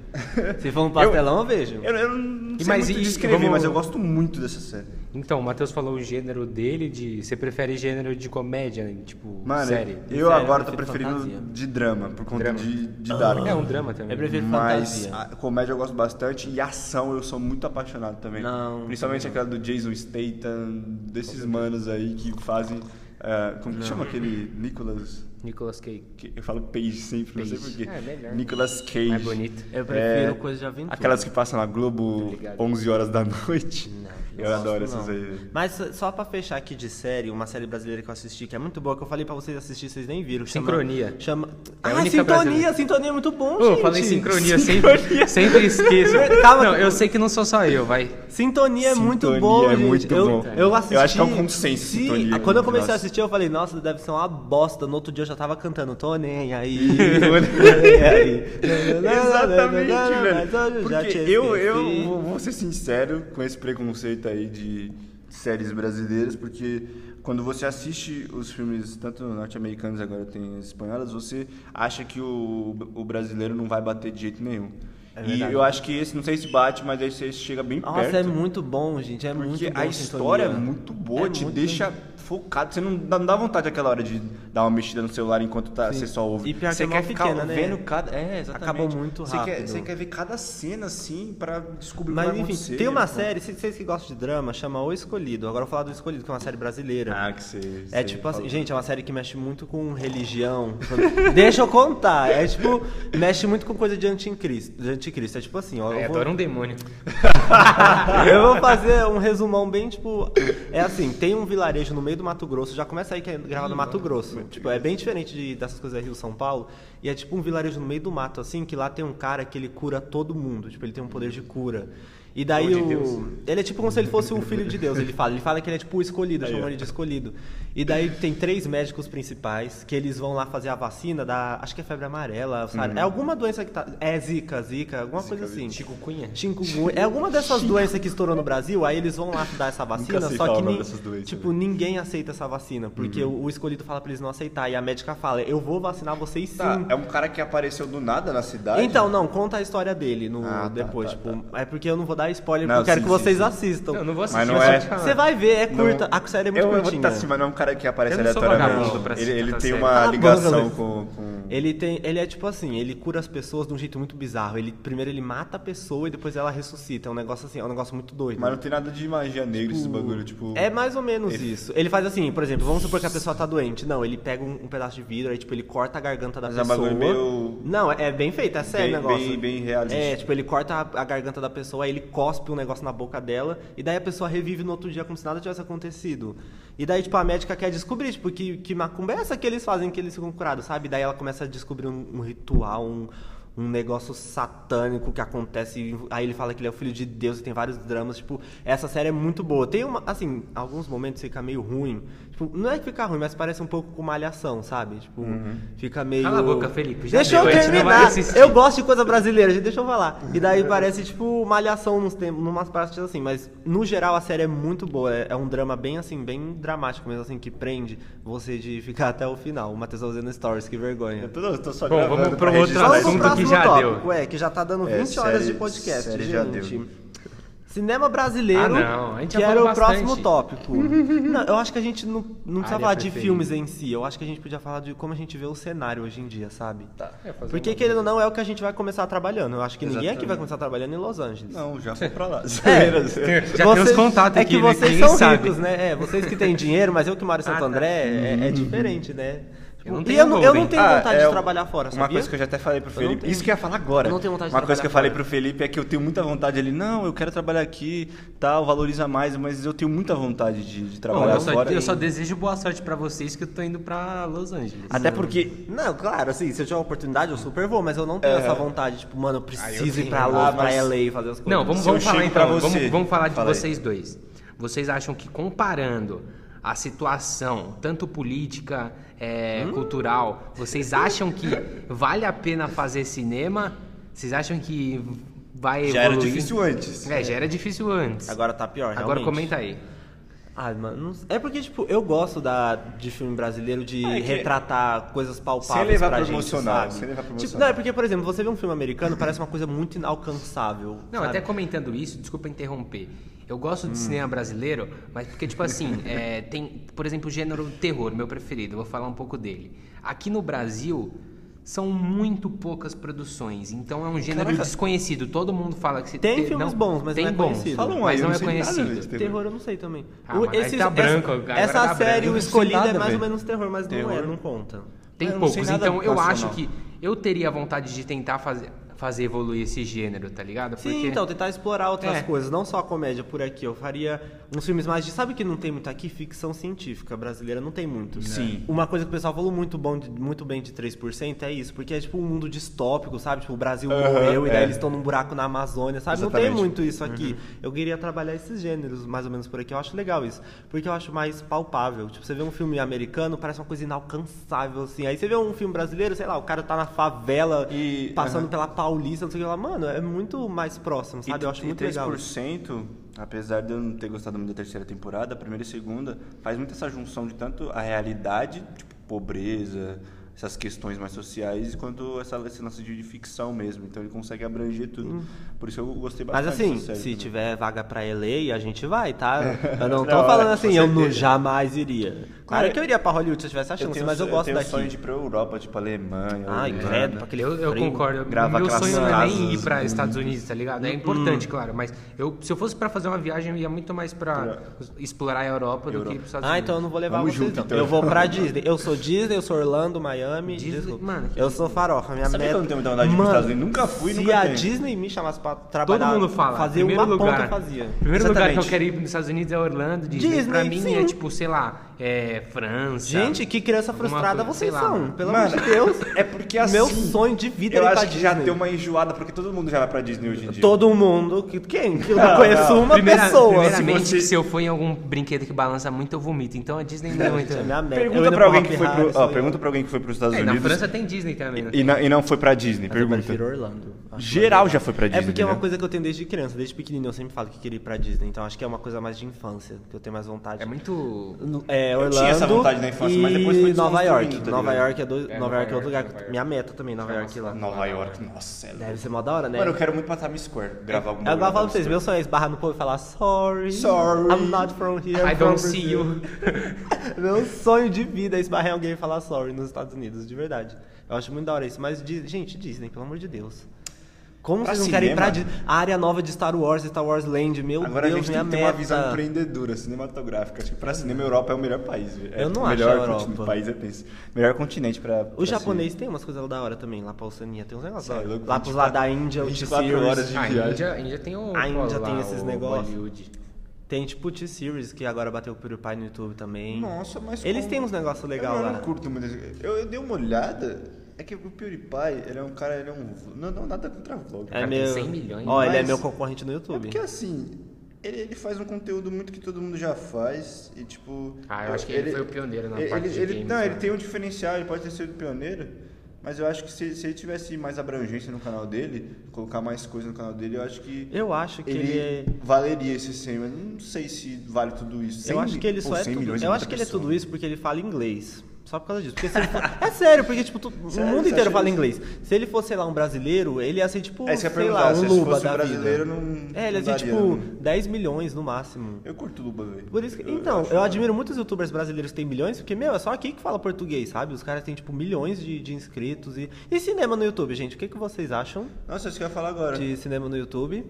Se for um pastelão, eu, vejo. Eu, eu não sei mas muito e- descrever, vamos- mas eu gosto muito dessa série. Então, o Matheus falou o gênero dele de. Você prefere gênero de comédia, né? tipo, Mano, série? eu Série, agora eu tô prefiro preferindo fantasia. de drama, por conta Drama. de, de Dark. É um drama também. eu prefiro mas fantasia. a comédia eu gosto bastante e ação eu sou muito apaixonado também. Não, Principalmente aquela do Jason Statham, desses manos aí que fazem. ah, como que chama aquele? Nicolas. Nicolas Cage. que- Eu falo Page sempre, não sei Page. porquê. É, melhor. Nicolas Cage. Mais bonito. Eu prefiro É, coisa de aventura. Aquelas que passam na Globo ligado. 11 horas da [LAUGHS] noite. Não eu gosto, adoro não. essas aí. Mas só- só pra fechar aqui de série, uma série brasileira que eu assisti, que é muito boa, que eu falei pra vocês assistir, vocês nem viram. chama- Sincronia. Chama... É a ah, única Sintonia! brasileira. Sintonia é muito bom, Pô, eu gente! falei [LAUGHS] sincronia, sempre, sempre [LAUGHS] esqueço. Calma. Não, eu sei que não sou só eu, vai. Sintonia é Sintonia muito é boa, gente. muito eu, bom. eu assisti. Eu acho que é um consenso, Sim, Sintonia. Quando eu comecei Nossa. a assistir, eu falei, nossa, deve ser uma bosta. No outro dia eu já tava cantando, tô nem [LAUGHS] aí. Exatamente, Mas hoje velho. eu já Porque te eu, esqueci. eu vou- vou ser sincero com esse preconceito aí de séries brasileiras, porque quando você assiste os filmes, tanto norte-americanos agora tem espanholas, você acha que o, o brasileiro não vai bater de jeito nenhum. É e verdade. eu acho que esse, não sei se bate, mas aí você chega bem Nossa, perto. é muito bom, gente. É muito Porque bom. a história é Sintonia. muito boa, É te muito deixa focado. Você não dá, não dá vontade aquela hora de dar uma mexida no celular enquanto tá, Sim. você só ouve. E pior que você é mó quer ficar pequena, né? vendo cada. É, exatamente. Acabou muito Você rápido. quer, você quer ver cada cena assim pra descobrir o Mas que vai enfim, acontecer. né? tem um uma pô. série, se- vocês que gostam de drama, chama O Escolhido. Agora eu vou falar do Escolhido, que é uma série brasileira. Ah, que você. É tipo assim, gente, é uma série que mexe muito com religião. Deixa eu contar. É tipo, mexe muito com coisa de anticristo. De anticristo. É tipo assim, ó. Ai, Eu vou, adoro um demônio. eu vou fazer um resumão bem tipo. É assim, tem um vilarejo no meio do Mato Grosso, já começa aí que é gravado no Mato Grosso. Tipo, é bem diferente de- dessas coisas Rio São Paulo. E é tipo um vilarejo no meio do mato, assim, que lá tem um cara que ele cura todo mundo. Tipo, ele tem um poder de cura. E daí Dom de o. Deus. Ele é tipo como se ele fosse um filho de Deus, ele fala. Ele fala que ele é tipo o escolhido, chamam ele de escolhido. E daí tem três médicos principais que eles vão lá fazer a vacina da. Acho que é febre amarela, sabe? É alguma doença que tá. É zika, zika, alguma coisa assim. Chico Cunha. Chikungunya. É alguma dessas doenças que estourou no Brasil, aí eles vão lá dar essa vacina, sei só falar que o nome nin- dessas doenças, né? Uhum. tipo, ninguém aceita essa vacina, porque o- o escolhido fala pra eles não aceitar e a médica fala: "Eu vou vacinar vocês sim". Tá, é um cara que apareceu do nada na cidade. Então, não, conta a história dele no Ah, tá, depois, tá, tipo, é porque eu não vou dar spoiler, Não, porque eu quero sim, que vocês sim, sim. assistam. Não, eu não vou assistir, Mas não eu só é- te falar. Você vai ver, é Não- curta, a série é muito eu, eu vou curtinha. tentar assim, mas não é um cara que aparece Eu não sou aleatoriamente. vagabundo pra Ele, assistir ele tanta tem série. uma Cala a ligação boca, com. com- Ele tem, ele é tipo assim, ele cura as pessoas de um jeito muito bizarro. Ele primeiro ele mata a pessoa e depois ela ressuscita. É um negócio assim, é um negócio muito doido. Mas não tem nada de magia negra esse bagulho, tipo. É mais ou menos isso. Ele faz assim, por exemplo, vamos supor que a pessoa tá doente. Não, ele pega um, um pedaço de vidro, aí tipo, ele corta a garganta da Mas é um pessoa. bagulho meio- Não, é, é bem feito, é sério Bem- o negócio. bem- bem realista. É, tipo, ele corta a, a garganta da pessoa, aí ele cospe um negócio na boca dela, e daí a pessoa revive no outro dia como se nada tivesse acontecido. E daí, tipo, a médica quer descobrir, tipo, que, que macumba é essa que eles fazem que eles ficam curados, sabe? Daí ela começa a descobrir um, um ritual, um. um negócio satânico que acontece. e Aí ele fala que ele é o filho de Deus e tem vários dramas. Tipo, essa série é muito boa. Tem uma, assim, alguns momentos fica meio ruim. Tipo, não é que fica ruim, mas parece um pouco com malhação, sabe? Tipo, Uhum. fica meio. Cala a boca, Felipe, já Deixa eu deu, a gente não vai terminar. assistir. Eu gosto de coisa brasileira, gente, deixa eu falar. E daí parece, tipo, malhação nos tempos, numas partes assim, mas no geral a série é muito boa. É, é um drama bem assim, bem dramático mesmo, assim, que prende você de [LAUGHS] ficar até o final. O Matheus tá usando stories, que vergonha. tô, tô só Bom, gravando pra vamos pro outro registrar assunto. isso. pro um que próximo já tópico, deu. é, que já tá dando 20 É, horas de série- podcast, série gente. já deu. Cinema brasileiro, Ah, não, a gente que já era o falou bastante. Ah, é próximo [LAUGHS] tópico. Não, eu acho que a gente não, não precisa Área falar de preferida. filmes em si, eu acho que a gente podia falar de como a gente vê o cenário hoje em dia, sabe? Tá. É, fazer Porque, [LAUGHS] uma- querendo ou não, é o que a gente vai começar trabalhando. Eu acho que ninguém aqui Exatamente. vai começar trabalhando em Los Angeles. Não, já foi pra lá. Tem- já tem uns contatos é aqui, que né, vocês ninguém são sabe. ricos, né? É, vocês que têm dinheiro, mas eu que moro em Santo Ah, tá. André, é, é diferente, né? Eu não e tenho eu, não- eu Golden. não tenho Ah, vontade é de o- um- trabalhar fora, sabia? Uma coisa que eu já até falei pro não Felipe. tenho. Isso que eu ia falar agora. Eu não tenho vontade de Uma coisa que eu falei trabalhar pro Felipe é que eu tenho muita vontade ali. Não, eu quero trabalhar aqui, tal, valoriza mais, mas eu tenho muita vontade de, de Bom, trabalhar eu, só, fora. eu só desejo boa sorte pra vocês que eu tô indo pra Los Angeles. Até porque É. Não, claro, assim, se eu tiver uma oportunidade, eu super vou, mas eu não tenho essa vontade, tipo, mano, eu preciso ir Ah, tenho. pra Los, Ah, pra mas- LA e fazer as coisas. Não, vamos, Se eu vamos falar chego pra então. você, vamos, vamos falar de fala aí. vocês dois. Vocês acham que comparando a situação, tanto política, é, Hum? cultural, vocês acham que vale a pena fazer cinema? Vocês acham que vai já era evoluir? difícil antes. É, já era difícil antes. Agora Agora, tá pior, realmente. comenta aí. Ai, mano, não sei. é porque, tipo, eu gosto da, de filme brasileiro de Ah, é que- retratar coisas palpáveis Sem levar pra pro gente, emocional, sabe? sem levar pro Tipo, emocional. não, é porque, por exemplo, você vê um filme [CLEARS THROAT] americano, parece uma coisa muito inalcançável. Não, sabe? até comentando isso, desculpa interromper. Eu gosto Hum. de cinema brasileiro, mas porque, tipo [LAUGHS] assim, é, tem, por exemplo, o gênero terror, meu preferido, eu vou falar um pouco dele. Aqui no Brasil, são muito poucas produções, então é um gênero Caraca. desconhecido. Todo mundo fala que se Tem filmes bons, mas tem não é bons, conhecido. Fala um mas aí, eu não não é sei nada, conhecido. gente. Terror eu não sei também. Ah, mas aí tá branco, essa, agora essa tá série, branco. o escolhido, Não sei é mais nada, ou velho. menos terror, mas não é, Terror. não conta. Tem Eu não sei poucos, nada então eu acho nacional. que eu teria vontade de tentar fazer, fazer evoluir esse gênero, tá ligado? Sim, então, tentar explorar outras É. coisas, não só a comédia por aqui. Eu faria uns filmes mais de. Sabe que não tem muito aqui? Ficção científica brasileira não tem muito. Sim. Uma coisa que o pessoal falou muito, bom, de- muito bem de 3% é isso, porque é tipo um mundo distópico, sabe? Tipo, o Brasil Aham, morreu e daí é. eles estão num buraco na Amazônia, sabe? Não tem Exatamente. muito isso aqui. Eu queria trabalhar esses gêneros mais ou menos por aqui. Eu acho legal isso, porque eu acho mais palpável. Tipo, você vê um filme americano, parece uma coisa inalcançável, assim. Aí você vê um filme brasileiro, sei lá, o cara tá na favela, E- passando pela Paulista, não sei o que lá. Mano, é muito mais próximo, E, sabe? Eu acho e muito legal. 3%, apesar de eu não ter gostado muito da terceira temporada, a primeira e segunda, faz muito essa junção de tanto a realidade, tipo, pobreza, essas questões mais sociais, quanto essa, esse lance de, de ficção mesmo. Então ele consegue abranger tudo. Por isso eu gostei bastante Hum. Mas assim, dessa série se também. tiver vaga pra LA, a gente vai, tá? Eu não Da tô hora, falando com assim, eu não certeza. jamais iria. Claro Cara, que eu iria pra Hollywood se eu tivesse a chance, tenho mas eu so- gosto tenho daqui. Ah, sonho de ir pra Europa, tipo Alemanha. Ai, Holanda. credo, né? pra aquele Eu, eu frio. concordo. grava Meu aquelas sonho não é nem casas. ir para Estados Unidos, tá ligado? É importante, claro, mas eu, se eu fosse para fazer uma viagem, eu ia muito mais para explorar a Europa do que ir para Estados Ah, Unidos. então eu não vou levar Vamos vocês. junto, não. então. Eu vou [LAUGHS] pra Disney. Eu sou Disney, eu sou Orlando, Miami. Disney- desculpa. mano, que- eu sou farofa, minha Sabia que meta. eu não tenho vontade de ir pros Mano, Estados Unidos? Nunca fui, se nunca a tenho. Disney me chamasse pra Todo trabalhar, mundo fala. fazer primeiro uma lugar, ponta eu fazia. Primeiro lugar que Exatamente. eu quero ir nos Estados Unidos é Orlando, Disney. Disney, pra mim é sim. tipo, sei lá, é França. Gente, que criança Alguma frustrada coisa, vocês sei lá, são, mano. pelo amor de Deus. É porque assim. Meu sonho de vida Eu é ir pra acho que já Disney. deu uma enjoada, porque todo mundo já vai pra Disney hoje em dia. Todo mundo. que- Quem? Que eu conheço uma Primeira- pessoa. Primeiramente, Se você- se eu for em algum brinquedo que balança muito, eu vomito. Então a Disney [LAUGHS] não é muito. É minha meta. Eu né? Pergunta indo pra alguém Hop que foi Harry, pro. sou ó, eu. pergunta pra alguém que foi pros Estados É, na Unidos. França é tem Disney também, né? E não, e não foi pra Disney, Mas eu prefiro pergunta. Orlando. Acho Geral já foi pra É Disney. porque é uma né? coisa que eu tenho desde criança, desde pequenininho eu sempre falo que queria ir pra Disney, então acho que é uma coisa mais de infância, que eu tenho mais vontade. É muito. No- É, Eu Orlando tinha essa vontade na infância, e mas depois foi Nova desconstruindo, York. tá Nova ligado? York é, do... Nova York Nova é York, outro lugar Nova que York. minha meta também, Nova York lá. Nova York, nossa. É Deve louco. ser mó da hora, né? Mano, eu quero muito passar minha square, gravar alguma É igual eu falo falo pra vocês, meu sonho é esbarrar no povo e falar sorry. Sorry. I'm not from here. I'm I from don't see Brazil." you. [LAUGHS] Meu sonho de vida é esbarrar em alguém e falar sorry nos Estados Unidos, de verdade. Eu acho muito da hora isso. Mas, Dis- gente, Disney, pelo amor de Deus. Como Pra vocês não querem ir pra cinema? Disney? A área nova de Star Wars, Star Wars Land, meu Agora Deus, a gente minha tem que ter meta. uma visão empreendedora, cinematográfica. Acho que pra cinema a Europa é o melhor país. velho. É Eu não o acho melhor a continente- Europa. país é tenso. Melhor continente pra. pra O se- japonês tem umas coisas da hora também, lá pra Oceania, tem uns negócios da assim. hora. Cê é louco, Lá pros lados da 24 Índia, o 24 T-Series. horas de Ah, a viagem. Índia, a Índia tem o. A Índia lá, tem esses o negócios. Bollywood. Tem tipo o T-Series, que agora bateu o PewDiePie no YouTube também. Nossa, mas Eles como- É têm uns negócios legais eu lá. não curto muito. esse- Eu, eu dei uma olhada. É que o PewDiePie, ele é um cara, ele é um. Não, não nada contra vlog. cara É tem meu... 100 milhões, Ó, ele é mas- meu concorrente no YouTube. É porque assim, ele, ele faz um conteúdo muito que todo mundo já faz e tipo. Ah, eu acho que ele foi o pioneiro na ele, parte ele, de ele- games, Não, né? ele tem um diferencial, ele pode ter sido pioneiro, mas eu acho que se, se ele tivesse mais abrangência no canal dele, colocar mais coisa no canal dele, eu acho que. Eu acho que ele, é... valeria esse 100, mas não sei se vale tudo isso. 100 Eu acho que ele pô, só é 100 tudo. milhões Eu acho que ele é tudo isso porque ele fala inglês. Só por causa disso. Porque se ele for- é sério, porque tipo, tu- o Sério, mundo você inteiro acha fala isso? inglês. Se ele fosse, sei lá, um brasileiro, ele ia ser tipo, É, isso que eu ia sei lá, perguntar, um se ele Luba fosse um da brasileiro, vida. não- É, ele ia não ser daria, tipo né? 10 milhões no máximo. Eu curto o Luba, velho. Por isso que, Eu- eu então, acho eu, admiro muitos youtubers brasileiros que têm milhões, porque, meu, é só aqui que fala português, sabe? Os caras têm, tipo, milhões de, de inscritos. E, e cinema no YouTube, gente? O que, que vocês acham Nossa, isso que eu ia falar agora. de cinema no YouTube?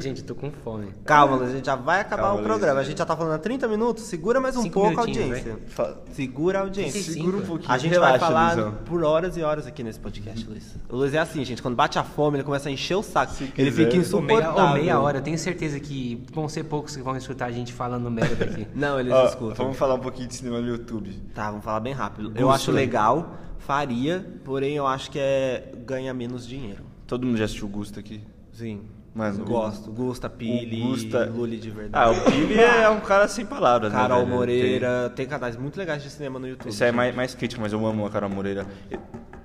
Gente, eu tô com fome. Calma, Luiz, a gente já vai acabar Calma, o Luiz. programa. A gente já tá falando há 30 minutos, segura mais um Cinco pouco a minutinhos, audiência. Fa- Segura a audiência. Sim, sim. Segura um pouquinho. A gente relaxa, vai falar Luizão. por horas e horas aqui nesse podcast, Luiz. O Luiz é assim, gente. Quando bate a fome, ele começa a encher o saco. ele quiser. fica Ou meia, insuportável. ou meia hora, eu tenho certeza que vão ser poucos que vão escutar a gente falando merda aqui. Não, eles Ó, escutam. Vamos falar um pouquinho de cinema no YouTube. Tá, vamos falar bem rápido. Eu acho legal, faria, porém eu acho que é ganha menos dinheiro. Todo mundo já assistiu o Gusta aqui? Sim. Mano, gosto. Gusta, Pili, o Gusta- Lully de Ah, verdade. o Billy é um cara sem palavras, né? Carol velho? Moreira. Tem... canais muito legais de cinema no YouTube. Tem... Isso aí é gente. mais, mais crítico, mas eu amo a Carol Moreira. E-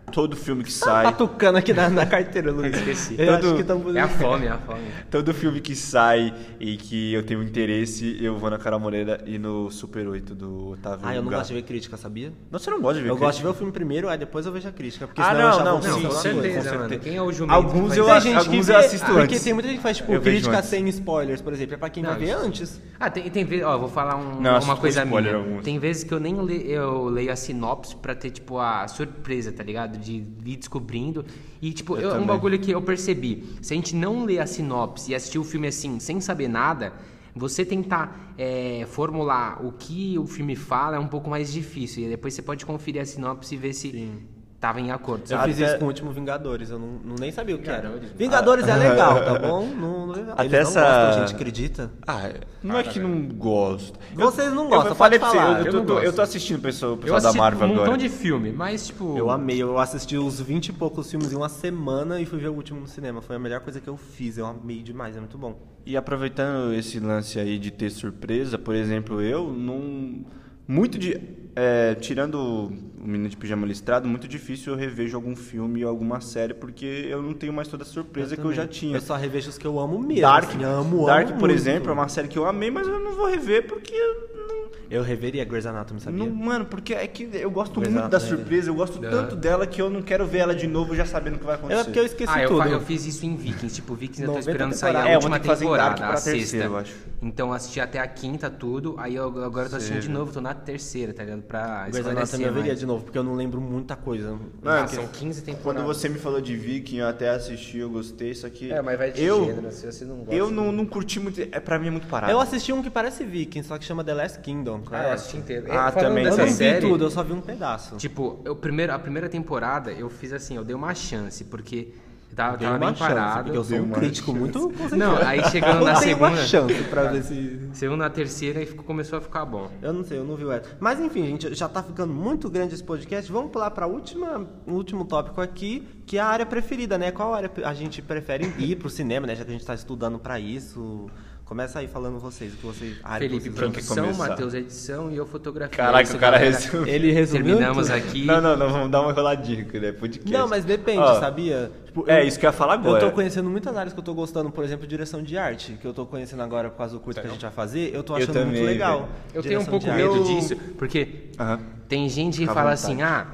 Todo filme que Tá [LAUGHS] sai, tocando aqui na, na carteira, Luiz. Esqueci. Eu acho Todo- que tamo... [LAUGHS] É a fome, é a fome. todo filme que sai e que eu tenho interesse, eu vou na Carol Moreira e no Super 8 do Otávio Ah, eu não Gá. gosto de ver crítica, sabia? Não, você não gosta de ver Eu gosto de ver crítica? o filme primeiro, aí depois eu vejo a crítica. Porque Ah, senão eu já não, vou não, pensar sim, Não, outra com coisa. né, certeza, com mano. certeza. Quem é o jumento? Alguns que eu faz acho- isso? gente que alguns vê, eu assisto porque antes. tem muita gente que faz, tipo, Eu vejo crítica antes. sem spoilers, por exemplo. É pra quem Não, vai ver isso- antes. Ah, tem, tem vezes. Ó, vou falar um- Não, acho uma que coisa foi spoiler minha. alguns. Tem vezes que eu nem le- eu leio a sinopse pra ter, tipo, a surpresa, tá ligado? De ir descobrindo. E, tipo, eu- um também. bagulho que eu percebi. Se a gente não ler a sinopse e assistir o filme assim, sem saber nada. Você tentar é, formular o que o filme fala é um pouco mais difícil. E depois você pode conferir a sinopse e ver se tava em acordo. Eu sabe? fiz Até- isso com o último Vingadores, eu não, não nem sabia o que era. Vingadores é legal, tá bom? Não, não, Ah. Até eles não essa- gostam, gente, acredita? Ah, não é que não gosto. Vocês não Eu- gostam, eu falei pode pra você, falar. eu, Eu tô, não tô- eu gosto. tô assistindo o pessoal, o Eu pessoal da assisti Marvel um agora. montão de filme, mas, tipo. Eu amei, eu assisti os 20 e poucos filmes em uma semana e fui ver o último no cinema. Foi a melhor coisa que eu fiz, eu amei demais, é muito bom. E aproveitando esse lance aí de ter surpresa, por exemplo, eu não. Muito de. é, tirando o Menino de Pijama Listrado, muito difícil eu revejo algum filme ou alguma série, porque eu não tenho mais toda a surpresa que eu já tinha. Eu só revejo os que eu amo mesmo. Dark, assim, amo, Dark amo por muito. exemplo, é uma série que eu amei, mas eu não vou rever porque. eu Eu reveria Grey's Anatomy, Não, sabia? não- mano, porque é que eu gosto Exato, muito da né? surpresa, eu gosto tanto dela que eu não quero ver ela de novo já sabendo o que vai acontecer. É porque eu esqueci ah, eu, tudo. fa- eu fiz isso em Vikings. Tipo, Vikings eu tô 90 esperando sair temporadas. a É, eu vou última ter que fazer em temporada, Dark pra a sexta. terceira, eu acho. Então eu assisti até a quinta, tudo. Aí eu, agora eu tô assistindo de novo, tô na terceira, tá ligado? Pra Grey's Anatomy eu esclarecer veria mais. de novo, porque eu não lembro muita coisa. Mano, Ah, são 15 Quando temporadas. você me falou de Viking, eu até assisti, eu gostei, só que. É, mas vai de eu, gênero, se você não gosta. Eu não, não curti muito. É, pra mim é muito parado. Eu assisti um que parece viking, só que chama The Last Kingdom. Ah, eu assisti inteiro. Ah, Falando também Eu dessa não vi série, tudo, eu só vi um pedaço. Tipo, eu primeiro, a primeira temporada eu fiz assim, eu dei uma chance, porque eu tava, Dei tava uma bem chance, parado. porque eu sou Dei um uma crítico muito concentrado. Não, aí chegando na Eu dei uma segunda- chance pra ver se... Segunda, a terceira e ficou- começou a ficar bom. Eu não sei, eu não vi o Ed. Mas enfim, gente, já tá ficando muito grande esse podcast. Vamos pular pra última, o último tópico aqui, que é a área preferida, né? Qual área a gente prefere ir pro cinema, né? Já que a gente tá estudando pra isso. Começa aí falando vocês, o que vocês... a área que Felipe vocês- quer produção, começar? Matheus edição e eu fotografia. Caraca, É isso, o cara galera. resumiu. Ele resumiu Terminamos tudo. aqui. Não, não, não, vamos dar uma roladinha, né? Podcast. Não, mas depende, Ó, sabia? Tipo, É, isso que eu ia falar agora. Eu tô conhecendo muitas áreas que eu tô gostando, por exemplo, direção de arte, que eu tô conhecendo agora por causa do curso que a gente vai fazer, eu tô Eu achando muito também, legal. velho. Tá, então. Eu tenho um Direção pouco de medo arte. disso, porque Aham. tem gente que Fica à fala vontade. assim, ah,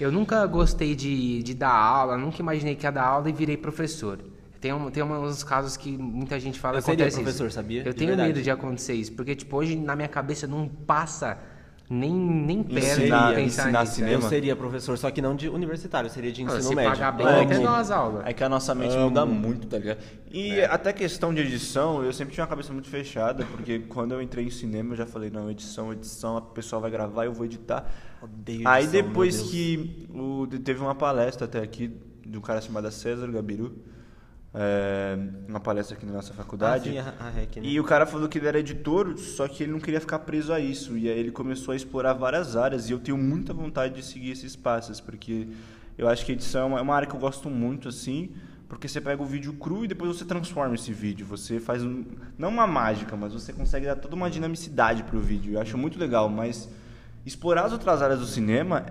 eu nunca gostei de, de dar aula, nunca imaginei que ia dar aula e virei professor. Tem, um, tem uns casos que muita gente fala Eu que acontece seria professor, isso. sabia? Eu De tenho verdade. medo de acontecer isso, porque tipo, hoje na minha cabeça não passa nem, nem perto Ensinar- de pensar ensinar nisso. cinema. Eu seria professor, só que não de universitário, eu seria de Ah, ensino se é médio. pagar bem, Amo. até nós aula. É que a nossa mente muda muito, tá ligado? E até questão de edição, eu sempre tinha uma cabeça muito fechada, porque quando eu entrei em cinema eu já falei, não, edição, edição, a pessoa vai gravar, eu vou editar. Odeio Aí edição, depois meu Deus. que o, teve uma palestra até aqui de um cara chamado César Gabiru, é, uma palestra aqui na nossa faculdade. Ah, sim, a- a REC, né? E o cara falou que ele era editor, só que ele não queria ficar preso a isso. E aí ele começou a explorar várias áreas. E eu tenho muita vontade de seguir esses passos, porque Eu acho que edição é uma- é uma área que eu gosto muito, assim, porque você pega o vídeo cru e depois você transforma esse vídeo. Você faz, um, não uma mágica, mas você consegue dar toda uma dinamicidade pro vídeo. Eu acho muito legal, mas explorar as outras áreas do cinema,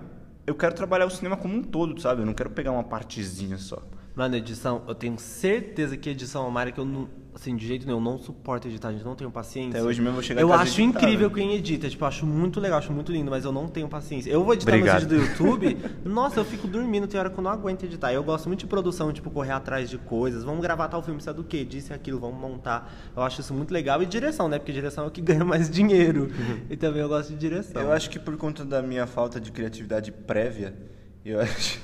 eu quero trabalhar o cinema como um todo, sabe? Eu não quero pegar uma partezinha só. Mano, edição, eu tenho certeza que edição é uma área que eu não. Assim, de jeito nenhum, eu não suporto editar, gente, não tenho paciência. Até hoje mesmo eu vou chegar em Eu casa e acho editar, incrível né? quem edita, tipo, eu acho muito legal, acho muito lindo, mas eu não tenho paciência. Eu vou editar Obrigado. meus vídeos do [LAUGHS] YouTube, nossa, eu fico dormindo, tem hora que eu não aguento editar. Eu gosto muito de produção, tipo, correr atrás de coisas, vamos gravar tal filme, sabe do que? Disse aquilo, vamos montar. Eu acho isso muito legal. E direção, né? Porque direção é o que ganha mais dinheiro. E também eu gosto de direção. Uhum. Eu acho que por conta da minha falta de criatividade prévia, eu [LAUGHS] acho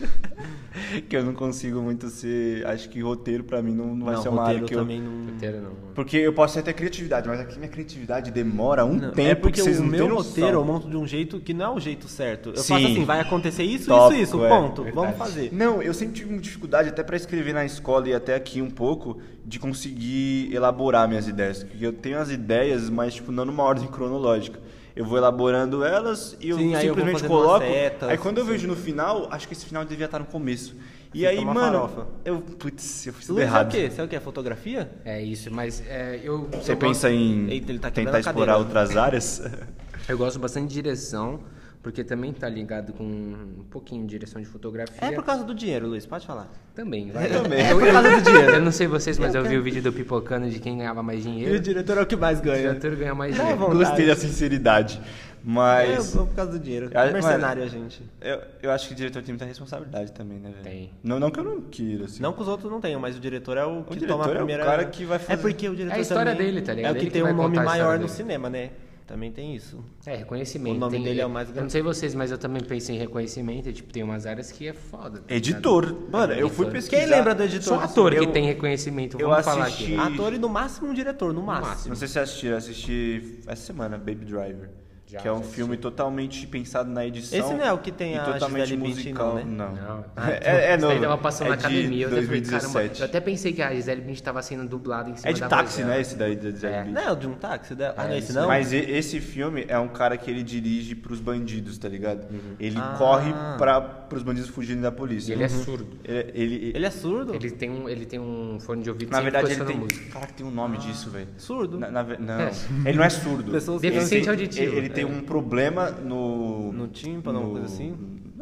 que eu não consigo muito ser. Acho que roteiro pra mim não, não vai não, ser uma área roteiro que eu. também não. Roteiro não. Porque eu posso ter até criatividade, mas aqui minha criatividade demora um Não, tempo é porque que vocês o não têm meu noção. roteiro eu monto de um jeito que não é o jeito certo. Eu faço Sim. assim, vai acontecer isso, Tópico, isso, isso, é. ponto. Verdade. Vamos fazer. Não, eu sempre tive dificuldade, até pra escrever na escola e até aqui um pouco, de conseguir elaborar minhas ideias. Porque eu tenho as ideias, mas tipo, não numa ordem cronológica. Eu vou elaborando elas e eu Sim, aí eu vou simplesmente fazendo umas coloco. setas, aí quando eu sim. vejo no final, acho que esse final devia estar no começo. E Fica aí, uma mano, farofa. eu. Putz, eu fiz tudo Luiz, é o errado. quê? Você é o quê? Fotografia? É isso, mas é, eu. Você eu pensa em Eita, ele tá quebrando a tentar cadeira. explorar outras áreas? [LAUGHS] Gosto, eu gosto bastante de direção, porque também tá ligado com um pouquinho de direção de fotografia. É por causa do dinheiro, Luiz, pode falar. Também, vai. É Também. Eu, eu, eu, dinheiro. eu não sei vocês, mas eu vi o vídeo do Pipocano de quem ganhava mais E o dinheiro. diretor é o que mais O ganha. diretor ganha mais Dá dinheiro. vontade. Gostei da sinceridade. É, eu Mas. vou por causa do dinheiro. Ah, Mercenário, a gente. Eu, eu acho que o diretor tem muita responsabilidade também, né, velho? Tem. Não, não que eu não queira, assim. Não que os outros não tenham, mas o diretor é o que diretor toma é a o primeira. cara que vai É fazer- porque o diretor É a história também dele, tá ligado? É o que Ele que tem vai um nome contar a história maior no dele. cinema, né? Também tem isso. É, reconhecimento. O nome Tem- dele é o mais Eu não sei vocês, mas eu também penso em reconhecimento. e, Tipo, tem umas áreas que é foda. tá Editor. ligado? Mano, eu fui Editor. pesquisar. Quem lembra do editor? Só ator Eu- que tem reconhecimento. eu Vamos falar assisti- aqui. E- Ator e no máximo um diretor, no máximo. máximo. Não sei se você assistiu, eu assisti essa semana, Baby Driver. Já, que é um já assisti. filme totalmente pensado na edição. Esse não é o que tem e a totalmente Gisele Bündchen, musical. não, né? Ah, Não. tá, [LAUGHS] tipo, É, é Isso novo. daí tava passando é na de academia. eu até falei, caramba, 2017. Eu até pensei que a Gisele Bündchen tava sendo dublada em cima é de da táxi, voz dela. né? Esse daí da Gisele É. Bündchen. Não é o de um táxi? da- Ah, É, não, esse isso não? Mas e- esse filme é um cara que ele dirige pros bandidos, tá ligado? Ele Ah. corre pra, pros bandidos fugirem da Uhum. E polícia. ele é surdo. Ele- ele- Ele é surdo? Ele tem um, ele tem um fone de ouvido Na sempre verdade, ele tocando tem. música. Caraca, tem um nome disso, velho. Ah. Surdo? Na- na ve- [LAUGHS] não, É. ele não é surdo. Pessoas Ele Deficiente tem- auditivo. Ele tem É. um problema no. No tímpano, alguma coisa assim?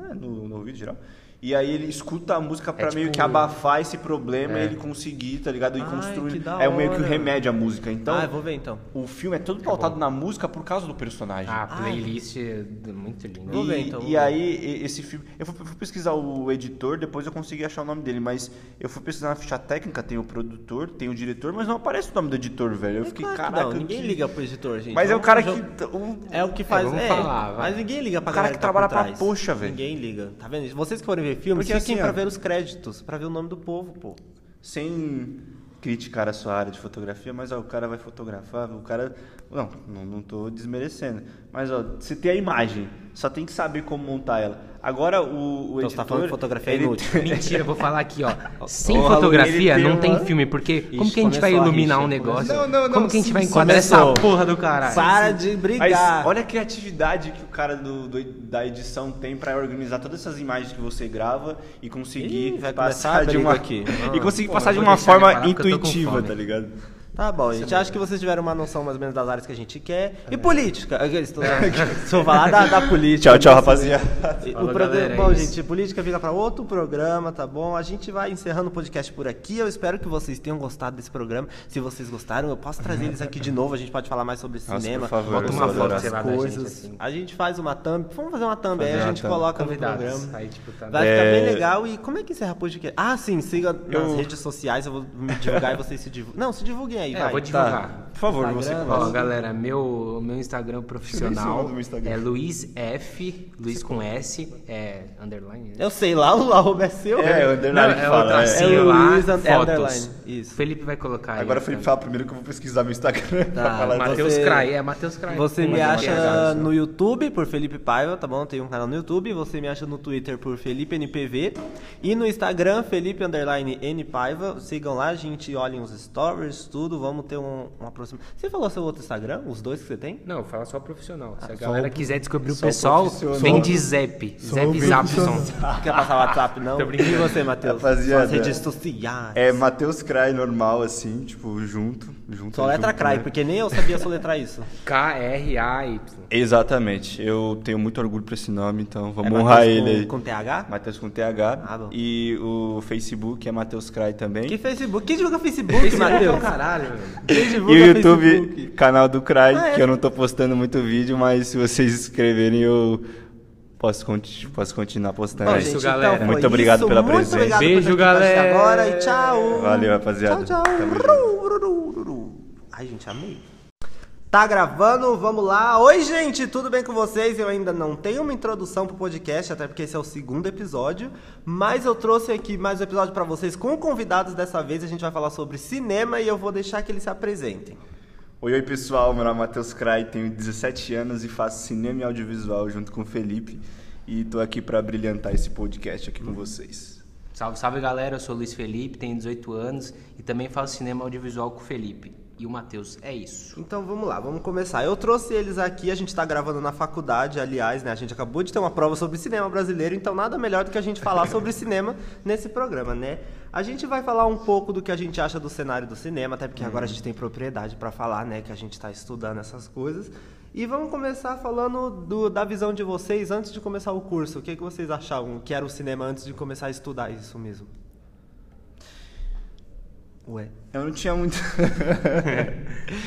É, no, no ouvido geral. E aí ele escuta a música pra meio tipo- que abafar esse problema É. e ele conseguir, tá ligado? E Ai, construir. que da É meio que o hora. remédio à música. Então, Ah, eu vou ver então. o filme é Tá todo pautado na música por causa do personagem. A playlist é d- muito linda. Vou e, ver, então, vou e ver. aí, e- esse filme. Eu fui, fui pesquisar o editor, depois eu consegui achar o nome dele, mas eu fui pesquisar na ficha técnica, tem o produtor, tem o diretor, mas não aparece o nome do editor, velho. Eu fiquei, É Claro que caraca. não, ninguém que- liga pro editor, gente. Mas é o um cara jogo- que. o- É o que faz. vamos é, falar, vai. mas ninguém liga pra O cara galera que tá por trabalha pra trás. poxa, velho. Ninguém liga. Tá vendo? Vocês que forem ver filme, Porque fiquem assim, ó. pra ver os créditos, pra ver o nome do povo, pô. Sem criticar a sua área de fotografia, mas ó, o cara vai fotografar, o cara. Não, não, não tô desmerecendo. Mas ó, você tem a imagem, só tem que saber como montar ela. Agora o, Então o editor. você tá falando que fotografia é ele- inútil. [LAUGHS] Mentira, eu vou falar aqui, ó. Sem Ô, fotografia Raul, ele não tem tem uma- filme, porque como Ixi, que a gente vai começou a iluminar rixa, um negócio? começou. Não, não, não, Como que a gente vai enquadrar começou. essa porra do caralho? Para de Mas brigar. olha a criatividade que o cara do, do- da edição tem pra organizar todas essas imagens que você grava e conseguir Ih, vai começar passar a de briga uma aqui. Ah. [LAUGHS] e conseguir Pô, passar mas de vou uma deixar ele forma parar porque eu tô com intuitiva, fome. tá ligado? Tá bom, é gente. Acho que vocês tiveram uma noção mais ou menos das áreas que a gente quer. E política? É, Aqueles, [LAUGHS] tô- É, Se eu falar da, da política. Tchau, tchau, rapaziada. E Falou, o progra- galera, é bom, isso. gente, política fica para outro programa, tá bom? A gente vai encerrando o podcast por aqui. Eu espero que vocês tenham gostado desse programa. Se vocês gostaram, eu posso trazer eles aqui de novo. A gente pode falar mais sobre Nossa, cinema, por favor, bota eu uma sou foto, adorado. sei lá, da coisas. Gente, assim. A gente faz uma thumb. Vamos fazer uma thumb aí, Fazer a uma gente thumb. coloca no Convidados. programa. Aí, tipo, tá Vai ficar É. bem legal. E como é que encerra podcast? Ah, sim, siga nas Eu- redes sociais. Eu vou me divulgar e vocês se divulguem. Não, se divulguem aí, É, vai. eu vou divulgar. Por favor, você Instagram, começa. Ó, galera, meu, meu Deixa Instagram eu ver esse profissional nome do Instagram. é Luiz F, Luiz com S, é underline, né? Eu sei lá, o arroba é seu. É, o underline que Não, é o fala. é. tracinho É lá, Luiz and- fotos. underline, isso. Felipe vai colocar aí. Agora o Felipe fala primeiro que eu vou pesquisar meu Instagram pra [LAUGHS] Tá, falar. mas- Ah, Matheus Você- Crai, é Matheus Crai. Você Com me M, acha TH, no YouTube por Felipe Paiva, tá bom? Tem um canal no YouTube. Você me acha no Twitter por Felipe NPV. E no Instagram, Felipe underline N Paiva. Sigam lá, gente. Olhem os stories, tudo. estudo, vamos ter um, uma aproximação. Você falou seu outro Instagram, os dois que você tem? Não, fala só profissional. Se a só galera o- quiser descobrir o só o pessoal, profissional. vem de Zep. Só Zep o Zapson. profissional. Quer passar [LAUGHS] WhatsApp, não? Tô brincando. E você, Matheus? Ah. Rapaziada. Suas redes sociais. É Matheus Cry normal, assim, tipo, junto. junto Só letra junto, cry, né? porque nem eu sabia soletrar [LAUGHS] isso. K-R-A-Y. Exatamente. Eu tenho muito orgulho por esse nome, então vamos É Matheus honrar com- ele aí. Com TH? Matheus com TH. Ah, bom. e o Facebook é Matheus Cry também. Que Facebook? Quem divulga Facebook, Matheus? é Caralho, velho. Quem E divulga o YouTube, Facebook? canal do Cry, Ah, é? que eu não tô postando muito vídeo, mas se vocês escreverem eu posso, conti- posso continuar postando. Bom, aí. gente, então É isso, galera. foi Muito obrigado pela Muito presença. obrigado por Beijo, ter ficado até galera. Agora e tchau. Valeu, rapaziada. Tchau, Tamo junto. tchau. Ru, ru, ru, ru. Ai, gente, amei. Tá gravando, vamos lá. Oi, gente, tudo bem com vocês? Eu ainda não tenho uma introdução pro podcast, até porque esse é o segundo episódio, mas eu trouxe aqui mais um episódio pra vocês com convidados dessa vez. A gente vai falar sobre cinema e eu vou deixar que eles se apresentem. Oi, oi pessoal, meu nome é Matheus Cray, tenho 17 anos e faço cinema e audiovisual junto com o Felipe e tô aqui pra brilhantar esse podcast aqui com vocês. Salve, salve galera, eu sou o Luiz Felipe, tenho 18 anos e também faço cinema audiovisual com o Felipe. E o Matheus, é isso. Então vamos lá, vamos começar. Eu trouxe eles aqui, a gente tá gravando na faculdade, aliás, né? A gente acabou de ter uma prova sobre cinema brasileiro, então nada melhor do que a gente falar [LAUGHS] sobre cinema nesse programa, né? A gente vai falar um pouco do que a gente acha do cenário do cinema, até porque Uhum. agora a gente tem propriedade pra falar, né? Que a gente tá estudando essas coisas. E vamos começar falando do- da visão de vocês antes de começar o curso. O que, que vocês achavam que era o cinema antes de começar a estudar isso mesmo? Ué. Eu não tinha muito.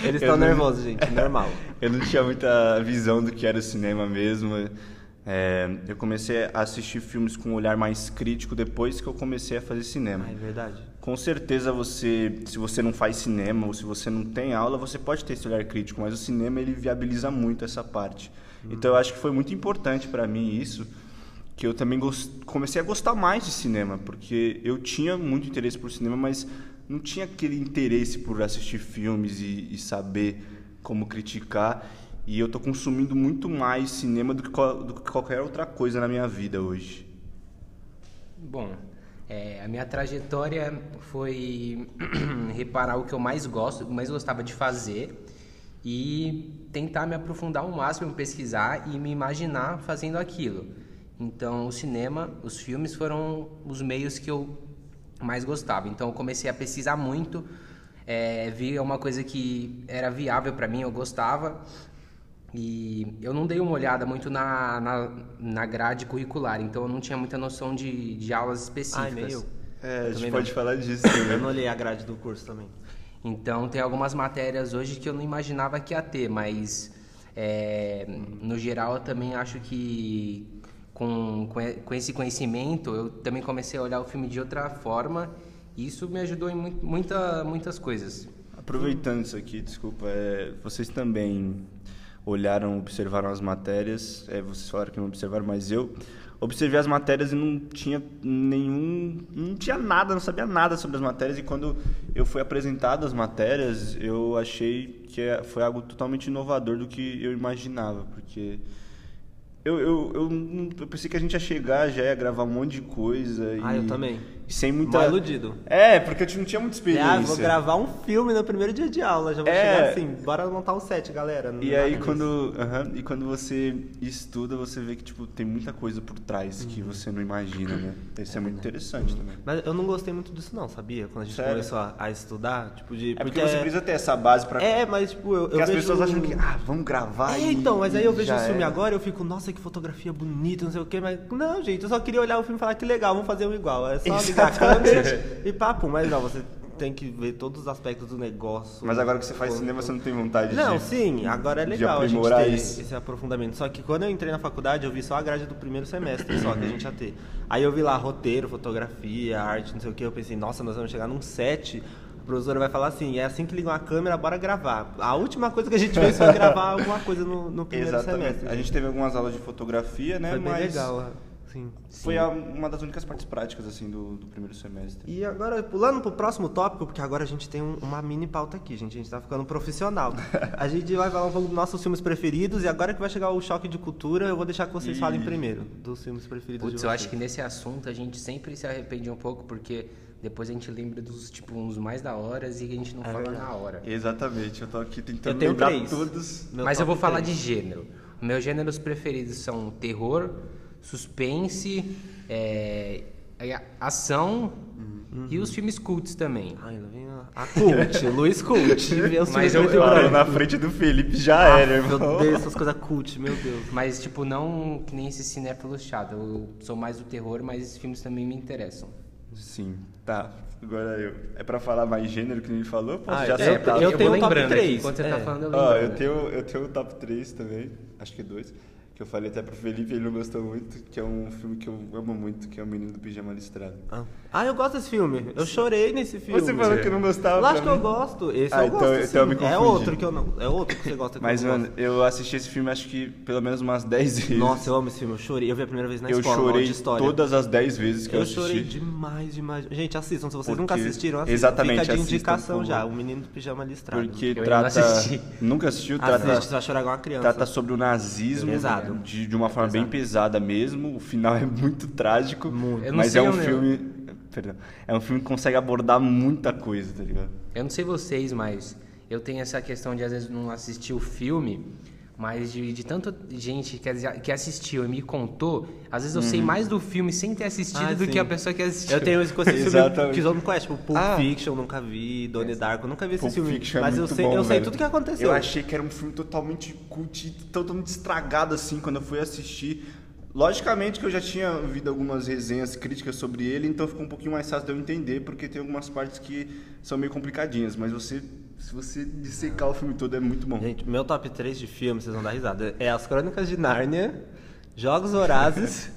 Eles Eu estão não- nervosos, gente, normal. [LAUGHS] Eu não tinha muita visão do que era o cinema mesmo. É, eu comecei a assistir filmes com um olhar mais crítico depois que eu comecei a fazer cinema. Ah, é verdade. Com certeza você, se você não faz cinema ou se você não tem aula, você pode ter esse olhar crítico, mas o cinema ele viabiliza muito essa parte. Então eu acho que foi muito importante para mim isso, que eu também gos- comecei a gostar mais de cinema, porque eu tinha muito interesse por cinema, mas não tinha aquele interesse por assistir filmes e, e saber como criticar. E eu tô consumindo muito mais cinema do que, qual- do que qualquer outra coisa na minha vida hoje. Bom, é, a minha trajetória foi [CLEARS THROAT] reparar o que eu mais gosto, mais gostava de fazer e tentar me aprofundar ao máximo, pesquisar e me imaginar fazendo aquilo. Então, o cinema, os filmes foram os meios que eu mais gostava. Então, eu comecei a pesquisar muito, é, vi uma coisa que era viável para mim, eu gostava. E eu não dei uma olhada muito na, na, na grade curricular, então eu não tinha muita noção de, de aulas específicas. Ai, nem eu. É, a Eu gente também pode não. falar disso também. Eu não olhei a grade do curso também. Então tem algumas matérias hoje que eu não imaginava que ia ter, mas é, no geral eu também acho que com, com e- com esse conhecimento eu também comecei a olhar o filme de outra forma e isso me ajudou em mu- muita, muitas coisas. Aproveitando isso aqui, desculpa, é, vocês também olharam, observaram as matérias, é, vocês falaram que não observaram, mas eu observei as matérias e não tinha nenhum, não tinha nada, não sabia nada sobre as matérias e quando eu fui apresentado as matérias, eu achei que é- foi algo totalmente inovador do que eu imaginava, porque eu, eu, eu, não- eu pensei que a gente ia chegar, já ia gravar um monte de coisa. Ah, e, eu também. E sem muita. Mal iludido. É, porque eu não tinha muita experiência. Ah, vou gravar um filme no primeiro dia de aula. Já vou É. chegar assim, bora montar o set, galera. Não E nada aí disso. quando, aham, e quando você estuda, você vê que tipo tem muita coisa por trás Uhum. que você não imagina, né? Isso é muito interessante também. Mas eu não gostei muito disso não, sabia? Quando a gente Sério? começou a, a estudar, tipo de... É porque você precisa ter essa base pra É, mas tipo, eu, porque eu as vejo... um pessoas acham que ah, vamos gravar É, e- então, mas aí eu e vejo já é." o filme era. agora e eu fico, nossa, que fotografia bonita, não sei o quê, mas não, gente, eu só queria olhar o filme e falar que legal, vamos fazer um igual. É só ligar a câmera e papo, mas não, você tem que ver todos os aspectos do negócio. Mas agora que você faz Quanto- cinema, você não tem vontade de Não, sim, agora é de legal a gente aprimorar ter isso. esse aprofundamento. Só que quando eu entrei na faculdade, eu vi só a grade do primeiro semestre, só que a gente ia ter. Aí eu vi lá roteiro, fotografia, arte, não sei o que. Eu pensei, nossa, nós vamos chegar num set. A professora vai falar assim: é assim que ligam a câmera, bora gravar. A última coisa que a gente fez foi gravar alguma coisa no, no primeiro Exatamente. semestre. A gente teve algumas aulas de fotografia, né, Foi bem mas legal, é. Sim. Foi a- uma das únicas partes práticas, assim, do, do primeiro semestre. E agora, pulando pro próximo tópico, porque agora a gente tem um- uma mini pauta aqui, gente. A gente tá ficando profissional. A gente vai falar um pouco dos nossos filmes preferidos e agora que vai chegar o choque de cultura, eu vou deixar que vocês Ih. falem primeiro dos filmes preferidos de Putz, vocês. eu acho que nesse assunto a gente sempre se arrepende um pouco, porque depois a gente lembra dos, tipo, uns mais da hora e a gente não fala na hora. Exatamente, eu tô aqui tentando tenho lembrar três. todos. Meu Mas eu top vou falar três. de gênero. Meus gêneros preferidos são terror, suspense, é, é, ação e os filmes cults também. Ai, não vem a- a Cult, Luiz Cult. Meu Mas eu- filme eu- Claro, preferido. na frente do Felipe já era, Meu irmão. Deus, essas coisas cult, meu Deus. Mas, tipo, não que nem esse cinéfilo chato. Eu sou mais do terror, mas esses filmes também me interessam. Sim, tá. Agora eu. É pra falar mais gênero que ele falou? Posso Ah, já é, soltar? eu tenho vou um top lembrando aqui, três. Enquanto você tá É. falando, eu lembro. Ó, eu tenho, eu tenho o top 3 também, acho que é dois, que eu falei até pro Felipe, ele não gostou muito, que é um filme que eu amo muito, que é O Menino do Pijama Listrado. Ah, eu gosto desse filme. Eu chorei nesse filme. Você falou que não gostava Lógico que pra eu mim. gosto. Esse Ah, eu então- gosto. então sim. eu me é confundi. outro que eu não. É outro que você gosta que Mas, eu não mano, gosto. eu assisti esse filme acho que pelo menos umas 10 vezes. Nossa, eu amo esse filme. Eu chorei. Eu vi a primeira vez na eu escola, na aula chorei de história. todas as 10 vezes que eu, Eu assisti. chorei demais, demais. Gente, assistam. Se vocês Porque- nunca assistiram, assistam. Exatamente, Fica de assistam, indicação por já. favor. O menino do pijama listrado. Porque ainda não trata. assisti. [LAUGHS] Nunca assistiu? Assiste, Trata, você vai chorar igual uma criança. trata sobre o nazismo Pesado. De, de uma forma bem pesada mesmo. O final é muito trágico. Muito. Eu não Mas sei é um o meu. filme. Perdão. É um filme que consegue abordar muita coisa, tá ligado? Eu não sei vocês, mas eu tenho essa questão de às vezes não assistir o filme, mas de, de tanta gente que, já- que assistiu e me contou, às vezes eu sei mais do filme sem ter assistido Uhum. Ah, do sim. que a pessoa que assistiu. Eu tenho isso com esses filmes Exatamente. que eu não conheço. Tipo, Pulp Ah. Fiction, nunca vi. Donnie Darko, nunca vi esse Pulp filme. Fiction é mas eu muito sei, bom, eu sei velho. tudo o que aconteceu. Eu achei que era um filme totalmente cult, totalmente estragado, assim, quando eu fui assistir. Logicamente que eu já tinha ouvido algumas resenhas críticas sobre ele, então ficou um pouquinho mais fácil de eu entender, porque tem algumas partes que são meio complicadinhas, mas você, se você dissecar o filme todo, é muito bom. Gente, meu top 3 de filme, vocês vão dar risada. É As Crônicas de Nárnia, Jogos Vorazes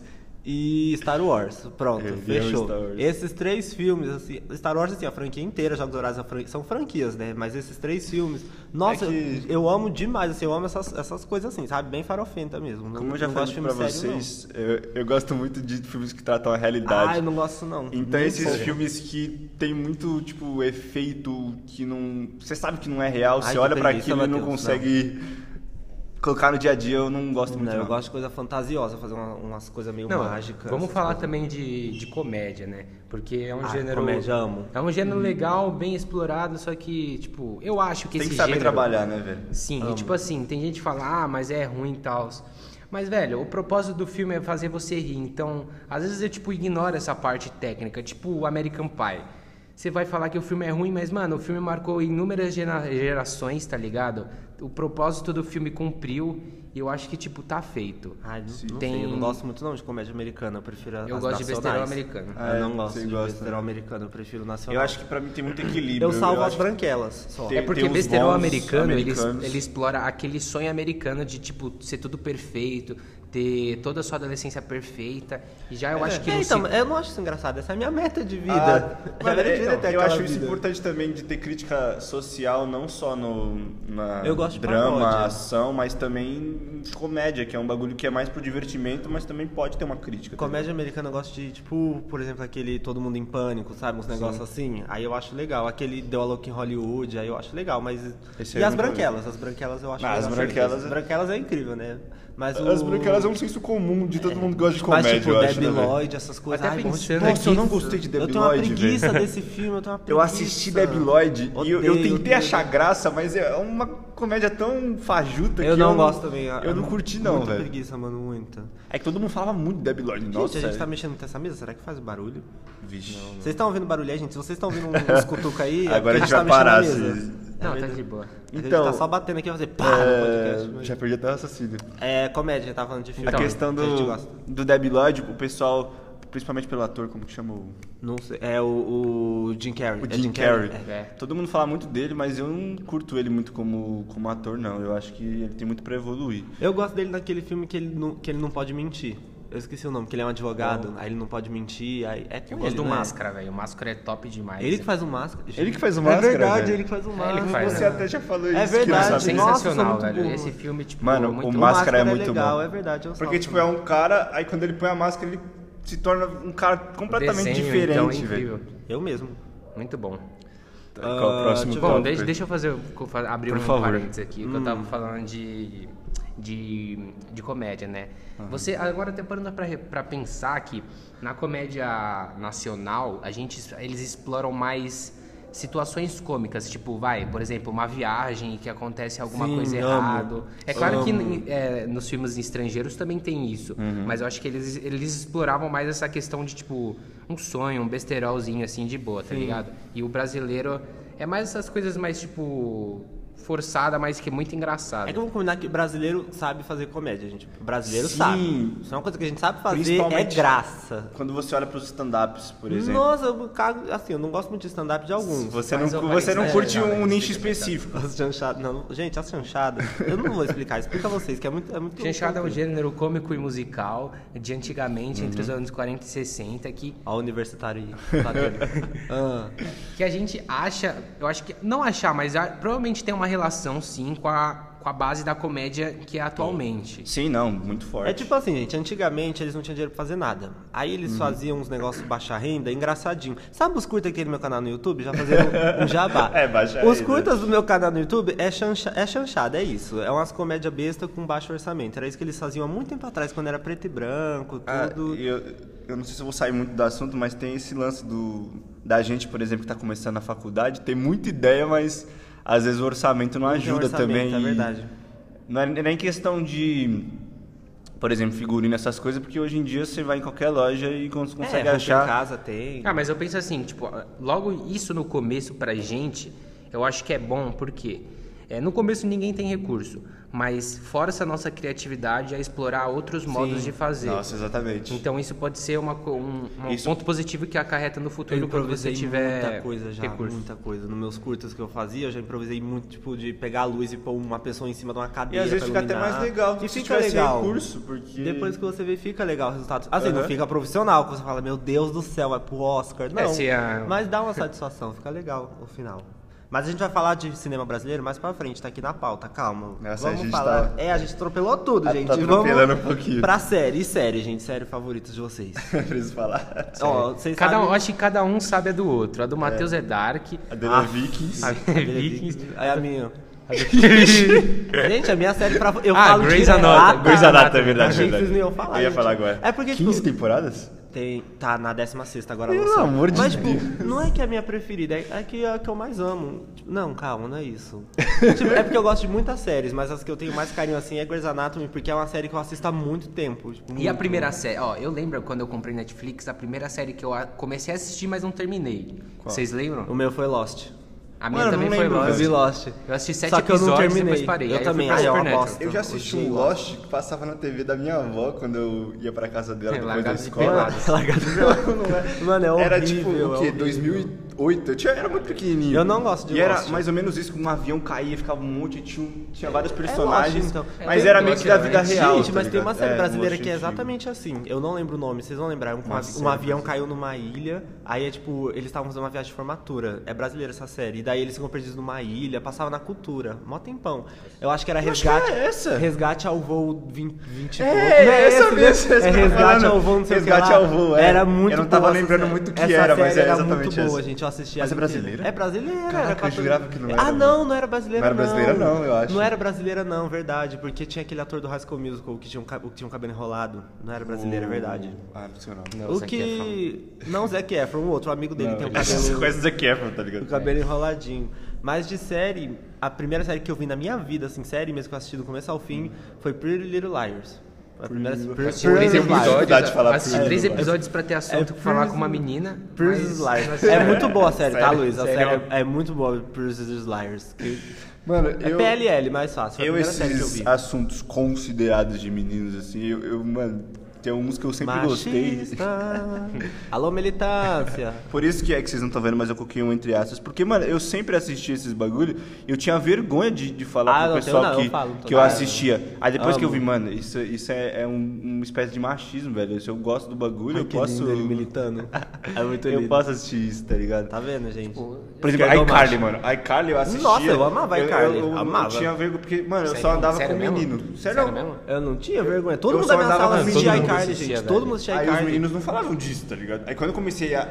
e Star Wars. Pronto, Eu vi o fechou. Star Wars. Esses três filmes, assim, Star Wars, assim, a franquia inteira, Jogos Vorazes a fran- são franquias, né? Mas esses três filmes, nossa, É que- eu amo demais, assim, eu amo essas, essas coisas assim, sabe? Bem farofenta mesmo. Não- Como eu já não gosto falei de pra filme sério, vocês, eu, eu gosto muito de filmes que tratam a não. realidade. Ah, eu não gosto não. Então Nem esses pouco. filmes que tem muito, tipo, efeito que não... Você sabe que não é real, Ai, você que olha pra preguiça, aquilo e não Matheus, consegue colocar no dia a dia, eu não gosto muito Não, não. eu gosto de coisa fantasiosa, fazer uma- umas coisas meio Não, mágicas. vamos essas falar coisas. também de, de comédia, né? Porque é um Ah, gênero. comédia, amo. Uhum. É um gênero legal, bem explorado, só que, tipo, eu acho que Tem esse que saber gênero- trabalhar, né, velho? Sim, e tipo assim, tem gente que fala, ah, mas é ruim e tal. Mas, velho, o propósito do filme é fazer você rir. Então, às vezes eu, tipo, ignoro essa parte técnica, tipo o American Pie. Você vai falar que o filme é ruim, mas, mano, o filme marcou inúmeras gera- gerações, tá ligado? O propósito do filme cumpriu e eu acho que, tipo, tá feito. Ai, não, Sim. não Tem- sei, eu não gosto muito não de comédia americana, eu prefiro Eu as gosto de nacionais. besterol americano. Ah, eu é, não gosto você de gosta, besterol né? americano, eu prefiro nacional. Eu acho que pra mim tem muito equilíbrio. Eu salvo as acho que branquelas só. Tem- É porque tem uns besterol bons americano, ele, americanos. ele explora aquele sonho americano de, tipo, ser tudo perfeito, ter toda a sua adolescência perfeita. E já eu acho que É, não se- então, eu não acho isso engraçado, essa é a minha meta de vida. Ah, [LAUGHS] Minha mano, meta de é, vida é ter não, eu aquela acho isso vida. importante também de ter crítica social, não só no na Eu gosto de drama, paródia. ação, mas também comédia, que é um bagulho que é mais pro divertimento, mas também pode ter uma crítica. tá Comédia americana eu gosto de, tipo, por exemplo, aquele Todo Mundo em Pânico, sabe? Uns negócios assim. Aí eu acho legal. Aquele The All Look in Hollywood, aí eu acho legal, mas. Esse e eu as nunca vi. branquelas? As branquelas eu acho Ah, legal. as também. branquelas As é- branquelas é incrível, né? Mas ligado? o... As branquelas é um senso comum de todo mundo que gosta de Mas, comédia, tipo, eu acho. Debbie né, velho? Lloyd, essas coisas. Até Ai, bom de pensando Nossa, eu não preguiça. gostei de Eu Debbie tenho uma Lloyd, preguiça velho. desse filme, eu tenho uma preguiça. [LAUGHS] Eu assisti Debbie Lloyd e eu, eu Odeio, tentei odeio. achar graça, mas é uma comédia tão fajuta Eu que não gosto também. Eu não curti não, Muita velho. preguiça, mano, muita. É que todo mundo falava muito de Debbie Lloyd. Gente, Nossa, a gente é- tá mexendo nessa mesa? Será que faz barulho? Vixe. Vocês estão ouvindo barulho aí, gente? Se vocês estão ouvindo um uns cutuca aí, é Agora porque a gente tá mexendo na vai parar, assim. mesa. se- É Não, tá verdade. de boa. a Então- gente tá só batendo aqui e fazer pá no podcast. É, mas- já perdi até o raciocínio. É, comédia, tava falando de filme. a questão que Então, a gente do, gosta. do Debbie Lloyd, o pessoal, principalmente pelo ator, como que chama o, Não sei, é o, o Jim Carrey. o É Jim Carrey. É. É. Todo mundo fala muito dele, mas eu não curto ele muito como, como ator, não. Eu acho que ele tem muito pra evoluir. Eu gosto dele naquele filme que ele não, que ele não pode mentir. Eu esqueci o nome, que ele é um advogado, aí ele não pode mentir. Aí, é com Eu gosto ele, do né? Máscara, velho. O Máscara é top demais. Ele que faz o máscara. Ele que faz o É Máscara, verdade, velho. ele que faz o É, máscara. ele que faz, Você né? até já falou É isso. que eu verdade, sabia. nossa, isso é muito Sensacional, velho. bom. Esse filme, tipo, Mano, muito o bom. Máscara é muito legal, bom. É verdade, eu Porque, salto tipo, é um cara, aí quando ele põe a máscara, ele se torna um cara O completamente desenho, diferente, então, é velho. incrível. também. Eu mesmo. Muito bom. Tá, Qual é o próximo Bom, tópico? deixa, deixa eu fazer, co- fa- abrir Por um favor. parênteses aqui, que eu tava falando de, de, de comédia, né? Você, agora até parando pra, re- pra pensar que na comédia nacional, a gente, es- eles exploram mais situações cômicas, tipo, vai, por exemplo, uma viagem que acontece alguma Sim, coisa amo. errado. É claro que Amo. n- é, nos filmes estrangeiros também tem isso, Uhum. mas eu acho que eles, eles exploravam mais essa questão de, tipo, um sonho, um besterolzinho assim de boa, tá ligado? E o brasileiro é mais essas coisas mais, tipo, forçada, mas que é muito engraçado. É que vamos combinar que brasileiro sabe fazer comédia, gente. Brasileiro Sim. sabe. Isso é uma coisa que a gente sabe fazer, é Principalmente- graça. Quando você olha pros stand-ups, por exemplo. Nossa, eu cago, assim, eu não gosto muito de stand-up de alguns. Você Mas não, eu você não falei, curte né, um cara, é nicho explica, [LAUGHS] específico. As chanchadas. Não, gente, as chanchadas. Eu não vou explicar, explica vocês, que é muito. É muito Chanchada é um gênero cômico e musical de antigamente, Uhum. entre os anos 40 e 60, que, Ó, universitário aí. tá [LAUGHS] vendo? Ah, que a gente acha, eu acho que, não achar, mas a- provavelmente tem uma relação, sim, com a, com a base da comédia que é atualmente. Sim, não, muito forte. É tipo assim, gente, antigamente eles não tinham dinheiro pra fazer nada. Aí Uhum. eles faziam uns negócios baixa renda, é engraçadinho. Sabe os curtas que tem no meu canal no YouTube? Já fazendo um jabá. [LAUGHS] É, baixa Os renda. curtas do meu canal no YouTube é, chancha, é chanchada, é isso. É umas comédia besta com baixo orçamento. Era isso que eles faziam há muito tempo atrás, quando era preto e branco, Ah, tudo. e eu, eu não sei se eu vou sair muito do assunto, mas tem esse lance do da gente, por exemplo, que está começando na faculdade, tem muita ideia, mas às vezes o orçamento não tem ajuda orçamento, também. é e verdade. Não é nem questão de, por exemplo, figurino, essas coisas, porque hoje em dia você vai em qualquer loja e cons- É, consegue roupa em achar. casa tem. Ah, mas eu penso assim, tipo, logo isso no começo pra gente, eu acho que é bom, porque é, no começo ninguém tem recurso, mas força a nossa criatividade a explorar outros modos de fazer. Nossa, exatamente. Então isso pode ser uma, co- um, um Isso- ponto positivo que acarreta no Eu futuro quando você improvisei tiver muita coisa já, recurso. muita coisa. Nos meus curtas que eu fazia, eu já improvisei muito, tipo, de pegar a luz e pôr uma pessoa em cima de uma e cadeira às vezes pra fica até iluminar. mais legal do E que se fica tivesse legal. recurso, porque Depois que você vê, fica legal o resultado. Assim, não Aham. fica profissional, que você fala, meu Deus do céu, é pro Oscar. Não, se é- a- mas dá uma satisfação, fica legal o final. Mas a gente vai falar de cinema brasileiro mais pra frente, tá aqui na pauta, calma. Nossa, Vamos a gente falar. tá- É, a gente atropelou tudo, Tá gente. atropelando Vamos um pouquinho. Pra série, e série, gente, série favoritos de vocês. [LAUGHS] preciso [LAUGHS] falar. Ó, vocês Cada um, sabem... acho que cada um sabe a do outro. A do Matheus [LAUGHS] é, Dark. A Dela Vikings. A Vikings. É a minha. Gente, a minha série pra. Eu Ah, falo Grey's direto. Anatomy. Ah, Grey's tá. Anatomy, é verdade, Achei que verdade. vocês não iam falar. Eu ia gente. falar agora. É porque, tipo, 15 temporadas? tem, tá na 16 agora Pelo lançou. amor de Mas, tipo, Deus. não é que é a minha preferida, é é que é a que eu mais amo. Tipo, Não, calma, não é [LAUGHS] isso. Tipo, é porque eu gosto de muitas séries, mas as que eu tenho mais carinho assim é Grey's Anatomy, porque é uma série que eu assisto há muito tempo. tipo, E a muito. primeira série, ó, eu lembro quando eu comprei Netflix, a primeira série que eu a- comecei a assistir, mas não terminei. Vocês O lembram? meu foi Lost. A minha Mano, eu também não foi lembro, Eu Lost. vi Lost. Eu assisti sete Só que eu não episódios e terminei. depois parei. Eu Aí eu fui também. pra Ah, é uma Supernatural. bosta. Eu já assisti um Lost que passava na TV da minha avó quando eu ia pra casa dela É, depois da largado de escola. pelado. [LAUGHS] Não, não é. Mano, é Era horrível, tipo é o quê? horrível. 2008? Eu tinha, era muito pequenininho. Eu não gosto de E era Lost. mais ou menos isso, que um avião caía, ficava um monte, tinha, um- tinha vários Lost, personagens. então. Mas É, era tem meio Lost, que da vida né? real. Gente, tá mas tem uma ligado? série É, brasileira Lost que é antigo. exatamente assim. Eu não lembro o nome, vocês vão lembrar. Um, Uma avi- um série avião caiu numa ilha, aí é tipo, eles estavam fazendo uma viagem de formatura. É brasileira essa série. E daí eles ficam perdidos numa ilha, passava na cultura. Mó tempão. Eu acho que era acho que era resgate. essa. Resgate ao voo 20, 20 e É, pouco. é Não essa esse, né? mesmo, é isso É que eu tô resgate falando. ao voo, não sei o que Resgate lá. ao Voo, é. Era muito Eu não tava boa essa lembrando série. muito o que Essa era, mas série era é exatamente muito boa, essa. gente. Eu assistia. Mas é muito. brasileira? É brasileira. era Caraca, eu 14. jurava que não era, Ah, não, não era brasileira, Não era brasileira não, eu acho. Não era brasileira não, verdade, porque tinha aquele ator do High School Musical que tinha um, ca- que tinha um cabelo enrolado. Não era brasileira, é verdade. Ah, não sei o nome. Não, é o Zac que... Não, Zac Efron, o outro amigo dele tem um Essas cabelo, coisas aqui é, tá o ligado? cabelo enroladinho. Mas de série, a primeira série que eu vi na minha vida, assim, série mesmo que eu assisti do começo ao fim, foi Pretty Little Liars. A primeira Eu Pretty assisti três Little Liars. episódios, Dificuldade episódios, de falar assisti Prison três Lies. episódios pra ter assunto, É pra falar Prison- com uma menina. Precious mas- Liars. É muito boa a série, tá, Sério? Luiz? A Sério? série é, é muito boa, Precious Liars. Que- Mano, É PLL, mais fácil. é Foi a Eu, primeira série que eu esses vi. assuntos considerados de meninos, assim, eu, eu, mano, Tem alguns que eu sempre gostei. Machista. Alô, militância. Por isso que é que vocês não estão vendo, mas eu coloquei um entre aspas. Porque, mano, eu sempre assistia esses bagulho e eu tinha vergonha de, de falar Ah, pro não, pessoal eu não, eu que, falo, tô que eu ligado. assistia. Aí depois que eu vi, Amo. mano, isso, isso é, é um- uma espécie de machismo, velho. Se eu gosto do bagulho, eu Que posso. lindo ele militando. É muito eu lindo. posso assistir isso, tá ligado? Tá vendo, gente? Por exemplo, Esquerdão iCarly, macho. mano. iCarly eu assistia. Nossa, eu amava Eu- iCarly, Eu, eu, amava. não tinha vergonha, porque, mano, eu Sério? só andava Sério com um mesmo? menino. Sério, Sério? mesmo? Eu não tinha vergonha. Todo Eu mundo só da minha andava sala com- assistia todo mundo iCarly, assistia, gente. velho. Todo mundo assistia Aí os iCarly. meninos não falavam disso, tá ligado? Aí quando eu comecei a,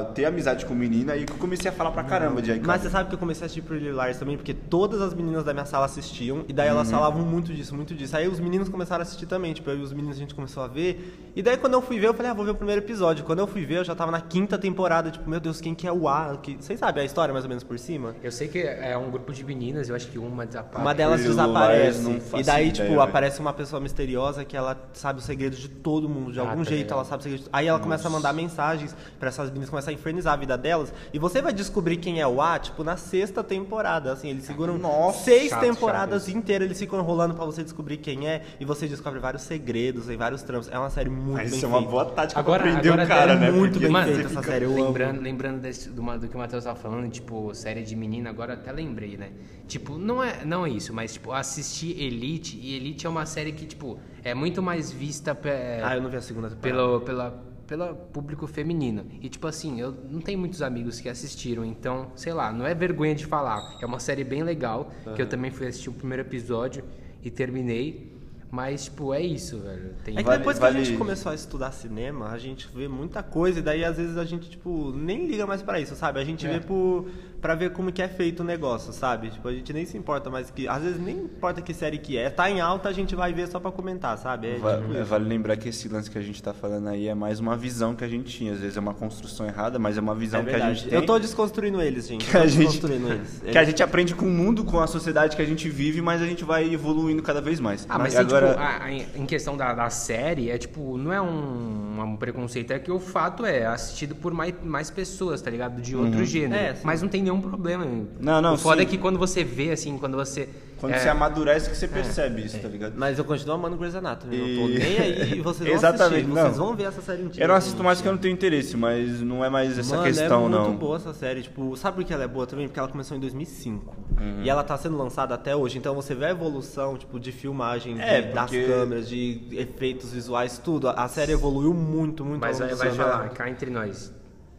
a ter amizade com menina, aí que eu comecei a falar pra caramba de iCarly. Mas você sabe que eu comecei a assistir Pretty Little Liars também, porque todas as meninas da minha sala assistiam, e daí elas Uhum. falavam muito disso, muito disso. Aí os meninos começaram a assistir também, tipo, eu e os meninos a gente começou a ver. E daí quando eu fui ver, eu falei, ah, vou ver o primeiro episódio. Quando eu fui ver, eu já tava na quinta temporada, tipo, meu Deus, quem que é o A? Que... Vocês sabem a história mais ou menos por cima? Eu sei que é um grupo de meninas, eu acho que uma desaparece. Uma delas Pretty Little Liars, desaparece. não faço E daí, ideia, tipo, velho. aparece uma pessoa misteriosa que ela sabe os segredos de todo mundo. De Ah, algum tá jeito ligado. ela sabe os segredos. Aí ela começa a mandar mensagens pra essas meninas, começa a infernizar a vida delas. E você vai descobrir quem é o A, tipo, na sexta temporada. Assim, eles seguram Nossa, seis chato, temporadas chato inteiras, eles ficam enrolando pra você descobrir quem é. E você descobre vários segredos, tem vários trampos. É uma série muito [LAUGHS] Mas bem isso é uma feita. boa tática Agora, pra prender agora o cara, até né? é muito Porque bem você mano, feita essa fica- série, eu amo. lembrando, lembrando desse- do, ma- do que o Matheus tava falando, tipo, série de menina, agora até lembrei, né? Tipo, não é, não é isso, mas tipo, assistir Elite, e Elite é uma série que, tipo, é muito mais vista pe- Ah, eu não vi a segunda temporada. pelo, pela, pelo público feminino. E tipo assim, eu não tenho muitos amigos que assistiram, então, sei lá, não é vergonha de falar. É uma série bem legal, que eu também fui assistir o primeiro episódio e terminei. Mas, tipo, é isso, velho. Tem... É que Vale- depois que a vale- gente começou a estudar cinema, a gente vê muita coisa e daí às vezes a gente tipo nem liga mais pra isso, sabe? A gente É. vê por para ver como que é feito o negócio, sabe? Tipo, a gente nem se importa mais que às vezes nem importa que série que é, tá em alta, a gente vai ver só pra comentar, sabe? É, Va- tipo, é, Vale lembrar que esse lance que a gente tá falando aí é mais uma visão que a gente tinha. Às vezes é uma construção errada, mas é uma visão é que a gente verdade. tem. Eu tô desconstruindo eles, gente. que Eu a tô gente, desconstruindo eles. [LAUGHS] É. que a gente aprende com o mundo, com a sociedade que a gente vive, mas a gente vai evoluindo cada vez mais. Ah, mas E tem, tipo, a- a- em questão da, da série, é tipo, não é um, um preconceito, é que o fato é assistido por mais, mais pessoas, tá ligado? De outro gênero. É, sim. mas não tem nenhum problema. Não, não, O sim. foda é que quando você vê, assim, quando você. Quando é, você amadurece que você percebe É. isso, tá ligado? Mas eu continuo amando Grey's Anatomy, eu não tô E- nem aí, e vocês vão [LAUGHS] Exatamente, assistir, vocês não. vão ver essa série assim. inteira. Eu não assisto gente. mais porque eu não tenho interesse, mas não é mais essa é Mano, questão, é muito não. boa essa série. Tipo, sabe por que ela é boa também? Porque ela começou em 2005. Uhum. E ela tá sendo lançada até hoje. Então você vê a evolução, tipo, de filmagem, de- É, das porque- câmeras, de efeitos visuais, tudo. A a série evoluiu muito, muito. Mas ao vai, longo vai dos anos. falar, cá entre nós.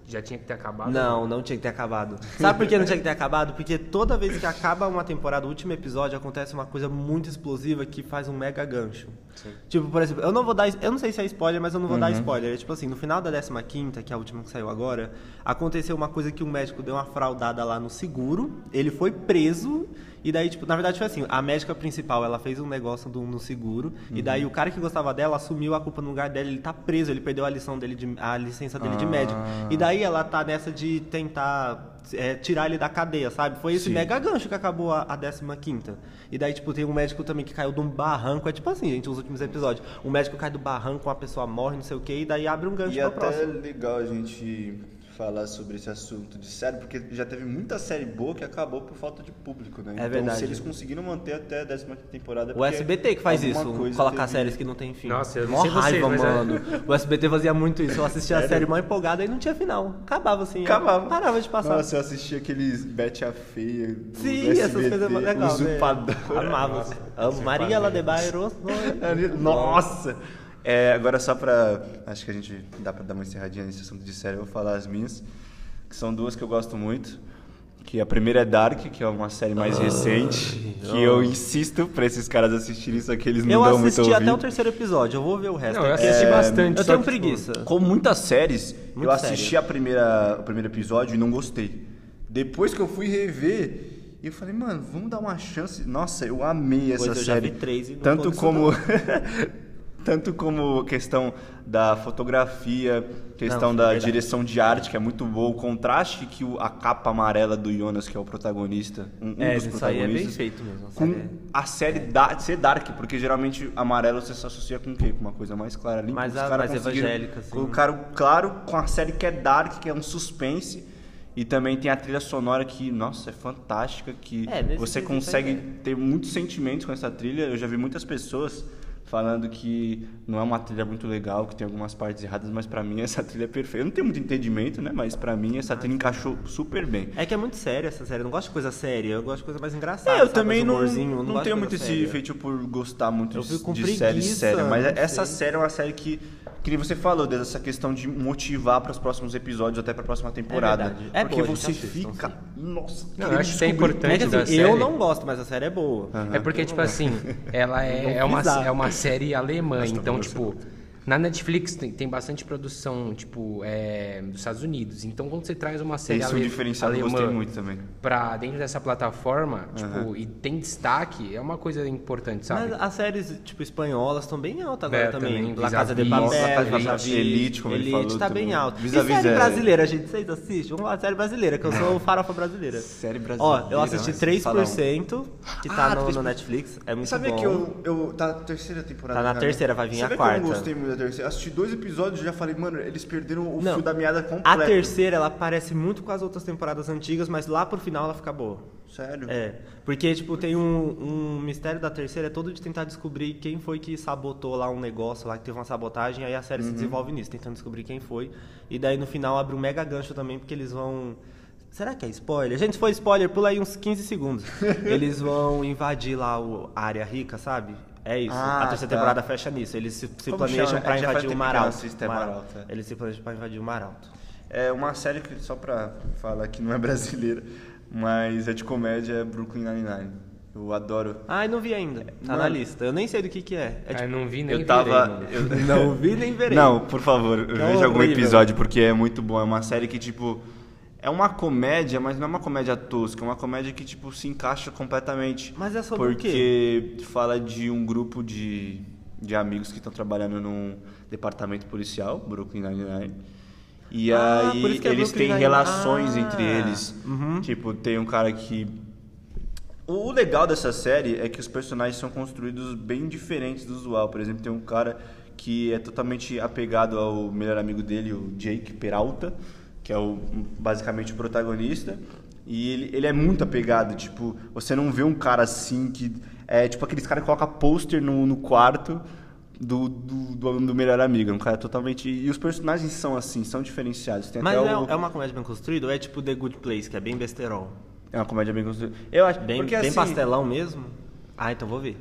Já tinha que ter acabado. Não, não tinha que ter acabado. Sabe por que não tinha que ter acabado? Porque toda vez que acaba uma temporada, o último episódio, acontece uma coisa muito explosiva que faz um mega gancho. Tipo, por exemplo, eu não vou dar. Eu não sei se é spoiler, mas eu não vou dar spoiler. É tipo assim, no final da 15, que é a última que saiu agora, aconteceu uma coisa que um médico deu uma fraudada lá no seguro, ele foi preso. E daí, tipo, na verdade foi assim, a médica principal, ela fez um negócio do- no seguro, e Uhum. daí o cara que gostava dela assumiu a culpa no lugar dela, ele tá preso, ele perdeu a lição dele de- a licença dele de médico. Ah. E daí ela tá nessa de tentar é, tirar ele da cadeia, sabe? Foi esse Sim. mega gancho que acabou a, a 15 E daí, tipo, tem um médico também que caiu de um barranco, é tipo assim, gente, os últimos episódios. Um médico cai do barranco, uma pessoa morre, não sei o quê, e daí abre um gancho E pra até próxima. legal a gente falar sobre esse assunto de série, porque já teve muita série boa que acabou por falta de público, né? então, É verdade. se eles conseguiram manter até a 15 temporada... é O porque SBT que faz alguma isso, um coisa colocar teve- séries que não tem fim. Nossa, eu não Mó sei vocês, raiva, mas é. mano. O SBT fazia muito isso. Eu assistia a série mó empolgada e não tinha final. Acabava assim. Acabava. Parava de passar. Nossa, eu assisti aqueles Bete a Feia, do Sim, SBT, essas coisas mó legal. né? Usurpadora. Amava. Amo. Maria [LAUGHS] Ladebairo. Nossa! É, agora só pra. Acho que a gente dá pra dar uma encerradinha nesse assunto de série, eu vou falar as minhas. Que são duas que eu gosto muito. Que a primeira é Dark, que é uma série Ah, mais recente. Que eu insisto pra esses caras assistirem, só que eles não Eu dão muito assisti até o ouvido. terceiro episódio. Eu vou ver o resto. Não, eu aqui. assisti bastante, Eu só tenho que, tipo, preguiça. Com muitas séries, eu Muita assisti série. a primeira, o primeiro episódio e não gostei. Depois que eu fui rever, eu falei, mano, vamos dar uma chance. Nossa, eu amei essa Pois eu já série. vi três e não tô tanto nisso como [LAUGHS] tanto como questão da fotografia, Não, questão é da verdade. direção de arte, que é muito boa, o contraste que o- a capa amarela do Jonas, que é o protagonista, um, um É, dos isso aí é bem protagonistas, feito mesmo, a com série é- a série da, ser dark, porque geralmente amarelo você se associa com o quê? Com uma coisa mais clara, limpa. Mais Os a- caras mais conseguiram evangélica, assim. Colocar o claro com a série que é dark, que é um suspense. E também tem a trilha sonora que, nossa, é fantástica, que É, nesse quesito você aí consegue é. ter muitos sentimentos com essa trilha. Eu já vi muitas pessoas falando que não é uma trilha muito legal, que tem algumas partes erradas, mas pra mim essa trilha é perfeita. Eu não tenho muito entendimento, né? Mas pra mim essa trilha encaixou super bem. É que é muito séria essa série. Eu não gosto de coisa séria, eu gosto de coisa mais engraçada. É, eu Tá, sabe? também Mais não, humorzinho, eu não, gosto de coisa tenho muito esse séria. feito por gostar muito Eu de, fico com de séries preguiça, sérias, mas não essa sei. série é uma série que, que nem você falou, dessa questão de motivar para os próximos episódios, até para a próxima temporada. verdade. É porque boa, gente, você assistam, fica. Nossa, Não, querendo eu acho que isso É descobrir é que, importante assim, da eu série. não gosto, mas a série é boa. É porque, tipo assim, ela é, é, uma, bizarro. é uma série alemã, Mas tá então, bom, tipo, na Netflix tem, tem bastante produção, tipo, é, dos Estados Unidos. Então, quando você traz uma série Esse é um ale- diferencial que eu alemã gostei muito também. Tá pra dentro dessa plataforma, tipo, e tem destaque, é uma coisa importante, é sabe? Mas as séries, tipo, espanholas estão bem alta agora É, também. também, La Casa de Vis-a-Vis, Papel, La Casa de Vis-a-Vis, Papel, Elite, como ele falou, tá também. bem alta. E Vis-a-Vis série é- brasileira, gente, vocês assistem? Vamos lá, série brasileira, que eu sou o farofa brasileira. Série Ó, brasileira, eu assisti mas 3%, que tá Ah, no, 3%. no Netflix, é muito Sabia bom. que eu, eu. Tá na terceira temporada. Tá na cara. terceira, vai vir Sabia a quarta. Que eu não gostei muito da terceira. Assisti dois episódios e já falei, mano, eles perderam o Não, fio da é meada completo. a terceira, ela parece muito com as outras temporadas antigas, mas lá pro final ela fica boa. Sério? É, porque, tipo, tem um, um mistério da terceira, é todo de tentar descobrir quem foi que sabotou lá um negócio, lá que teve uma sabotagem, aí a série se Uhum. desenvolve nisso, tentando descobrir quem foi. E daí no final abre um mega gancho também, porque eles vão. Será que é spoiler? Gente, se for spoiler, pula aí uns 15 [LAUGHS] segundos. Eles vão invadir lá o- a área rica, sabe? É isso. Ah, a terceira tá. temporada fecha nisso. Eles se, se Como planejam chama? É pra que já faz invadir o tempo que eu Maralto. assisto, é Maralto, é. Eles se planejam pra invadir o Maralto. É uma série que, só pra falar que não é [LAUGHS] brasileira, mas é de comédia, é Brooklyn Nine-Nine. Eu adoro. Ai, não vi ainda. Tá na Mano. lista. Eu nem sei do que que é. É Aí Ah, não vi nem tipo, eu tava. virei, mano. [LAUGHS] eu- Não vi nem verei. Não, por favor, eu É veja algum horrível. episódio, porque é muito bom. É uma série que, tipo. É uma comédia, mas não é uma comédia tosca, é uma comédia que, tipo, se encaixa completamente. Mas é sobre o Porque fala de um grupo de, de amigos que estão trabalhando num departamento policial, Brooklyn Nine-Nine. E Ah, por aí isso que é eles Brooklyn têm Nine-Nine. relações Ah. uhum. entre eles. Tipo, tem um cara que o legal dessa série é que os personagens são construídos bem diferentes do usual. Por exemplo, tem um cara que é totalmente apegado ao melhor amigo dele, o Jake Peralta, que é o, basicamente o protagonista. E ele, ele é muito apegado, tipo, você não vê um cara assim que. É tipo aqueles caras que colocam pôster no, no quarto do, do, do, do melhor amigo. É um cara totalmente. E os personagens são assim, são diferenciados. Tem Mas até é, o- é uma comédia bem construída ou é tipo The Good Place, que é bem besterol? é uma comédia bem construída. Eu acho Bem, porque, bem assim, pastelão mesmo? Ah, então vou ver.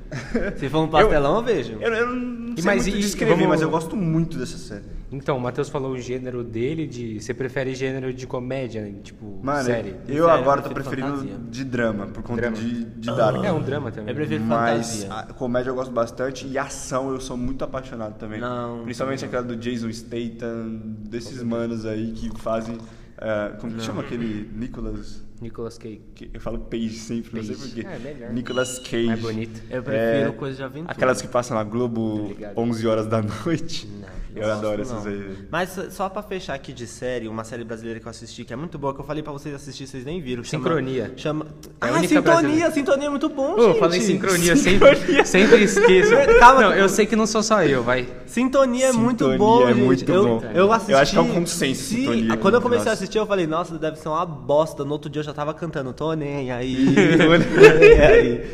Se [LAUGHS] for um pastelão, eu, vejo. Eu, eu não E sei mas muito e- descrever, vamos- mas eu gosto muito dessa série. Então, o Matheus falou o gênero dele de. Você prefere gênero de comédia, né? tipo, Mano, é série. eu agora tô prefiro preferindo é fantasia. de drama, por conta Drama. de, de Dark. É um drama também. Eu prefiro Mas fantasia. a comédia eu gosto bastante e ação eu sou muito apaixonado também. Não, Principalmente aquela do Jason Statham, desses manos aí que fazem. ah, como que chama aquele Nicolas? Nicolas Cage. que- Eu falo Page sempre, não sei Page. porquê. É, melhor. Nicolas Cage. Mais É bonito. Eu prefiro É, coisa de aventura. Aquelas que passam na Globo ligado. 11 horas da [LAUGHS] noite. eu Não adoro gosto, essas não. aí. Mas só- só pra fechar aqui de série, uma série brasileira que eu assisti, que é muito boa, que eu falei pra vocês assistir, vocês nem viram. chama- Sincronia. Chama... É a ah, única sintonia, brasileira. sintonia é muito bom, Ô, gente. [LAUGHS] falei sincronia, Sempre, sempre esqueço. Calma. Não, eu sei que não sou só eu, vai. Sintonia é muito Sintonia bom, é gente. muito eu, bom. eu assisti. Eu acho que é um consenso, Sim, Sintonia. Quando eu comecei a Nossa. assistir, eu falei, nossa, deve ser uma bosta. No outro dia eu já tava cantando, tô nem [LAUGHS] aí.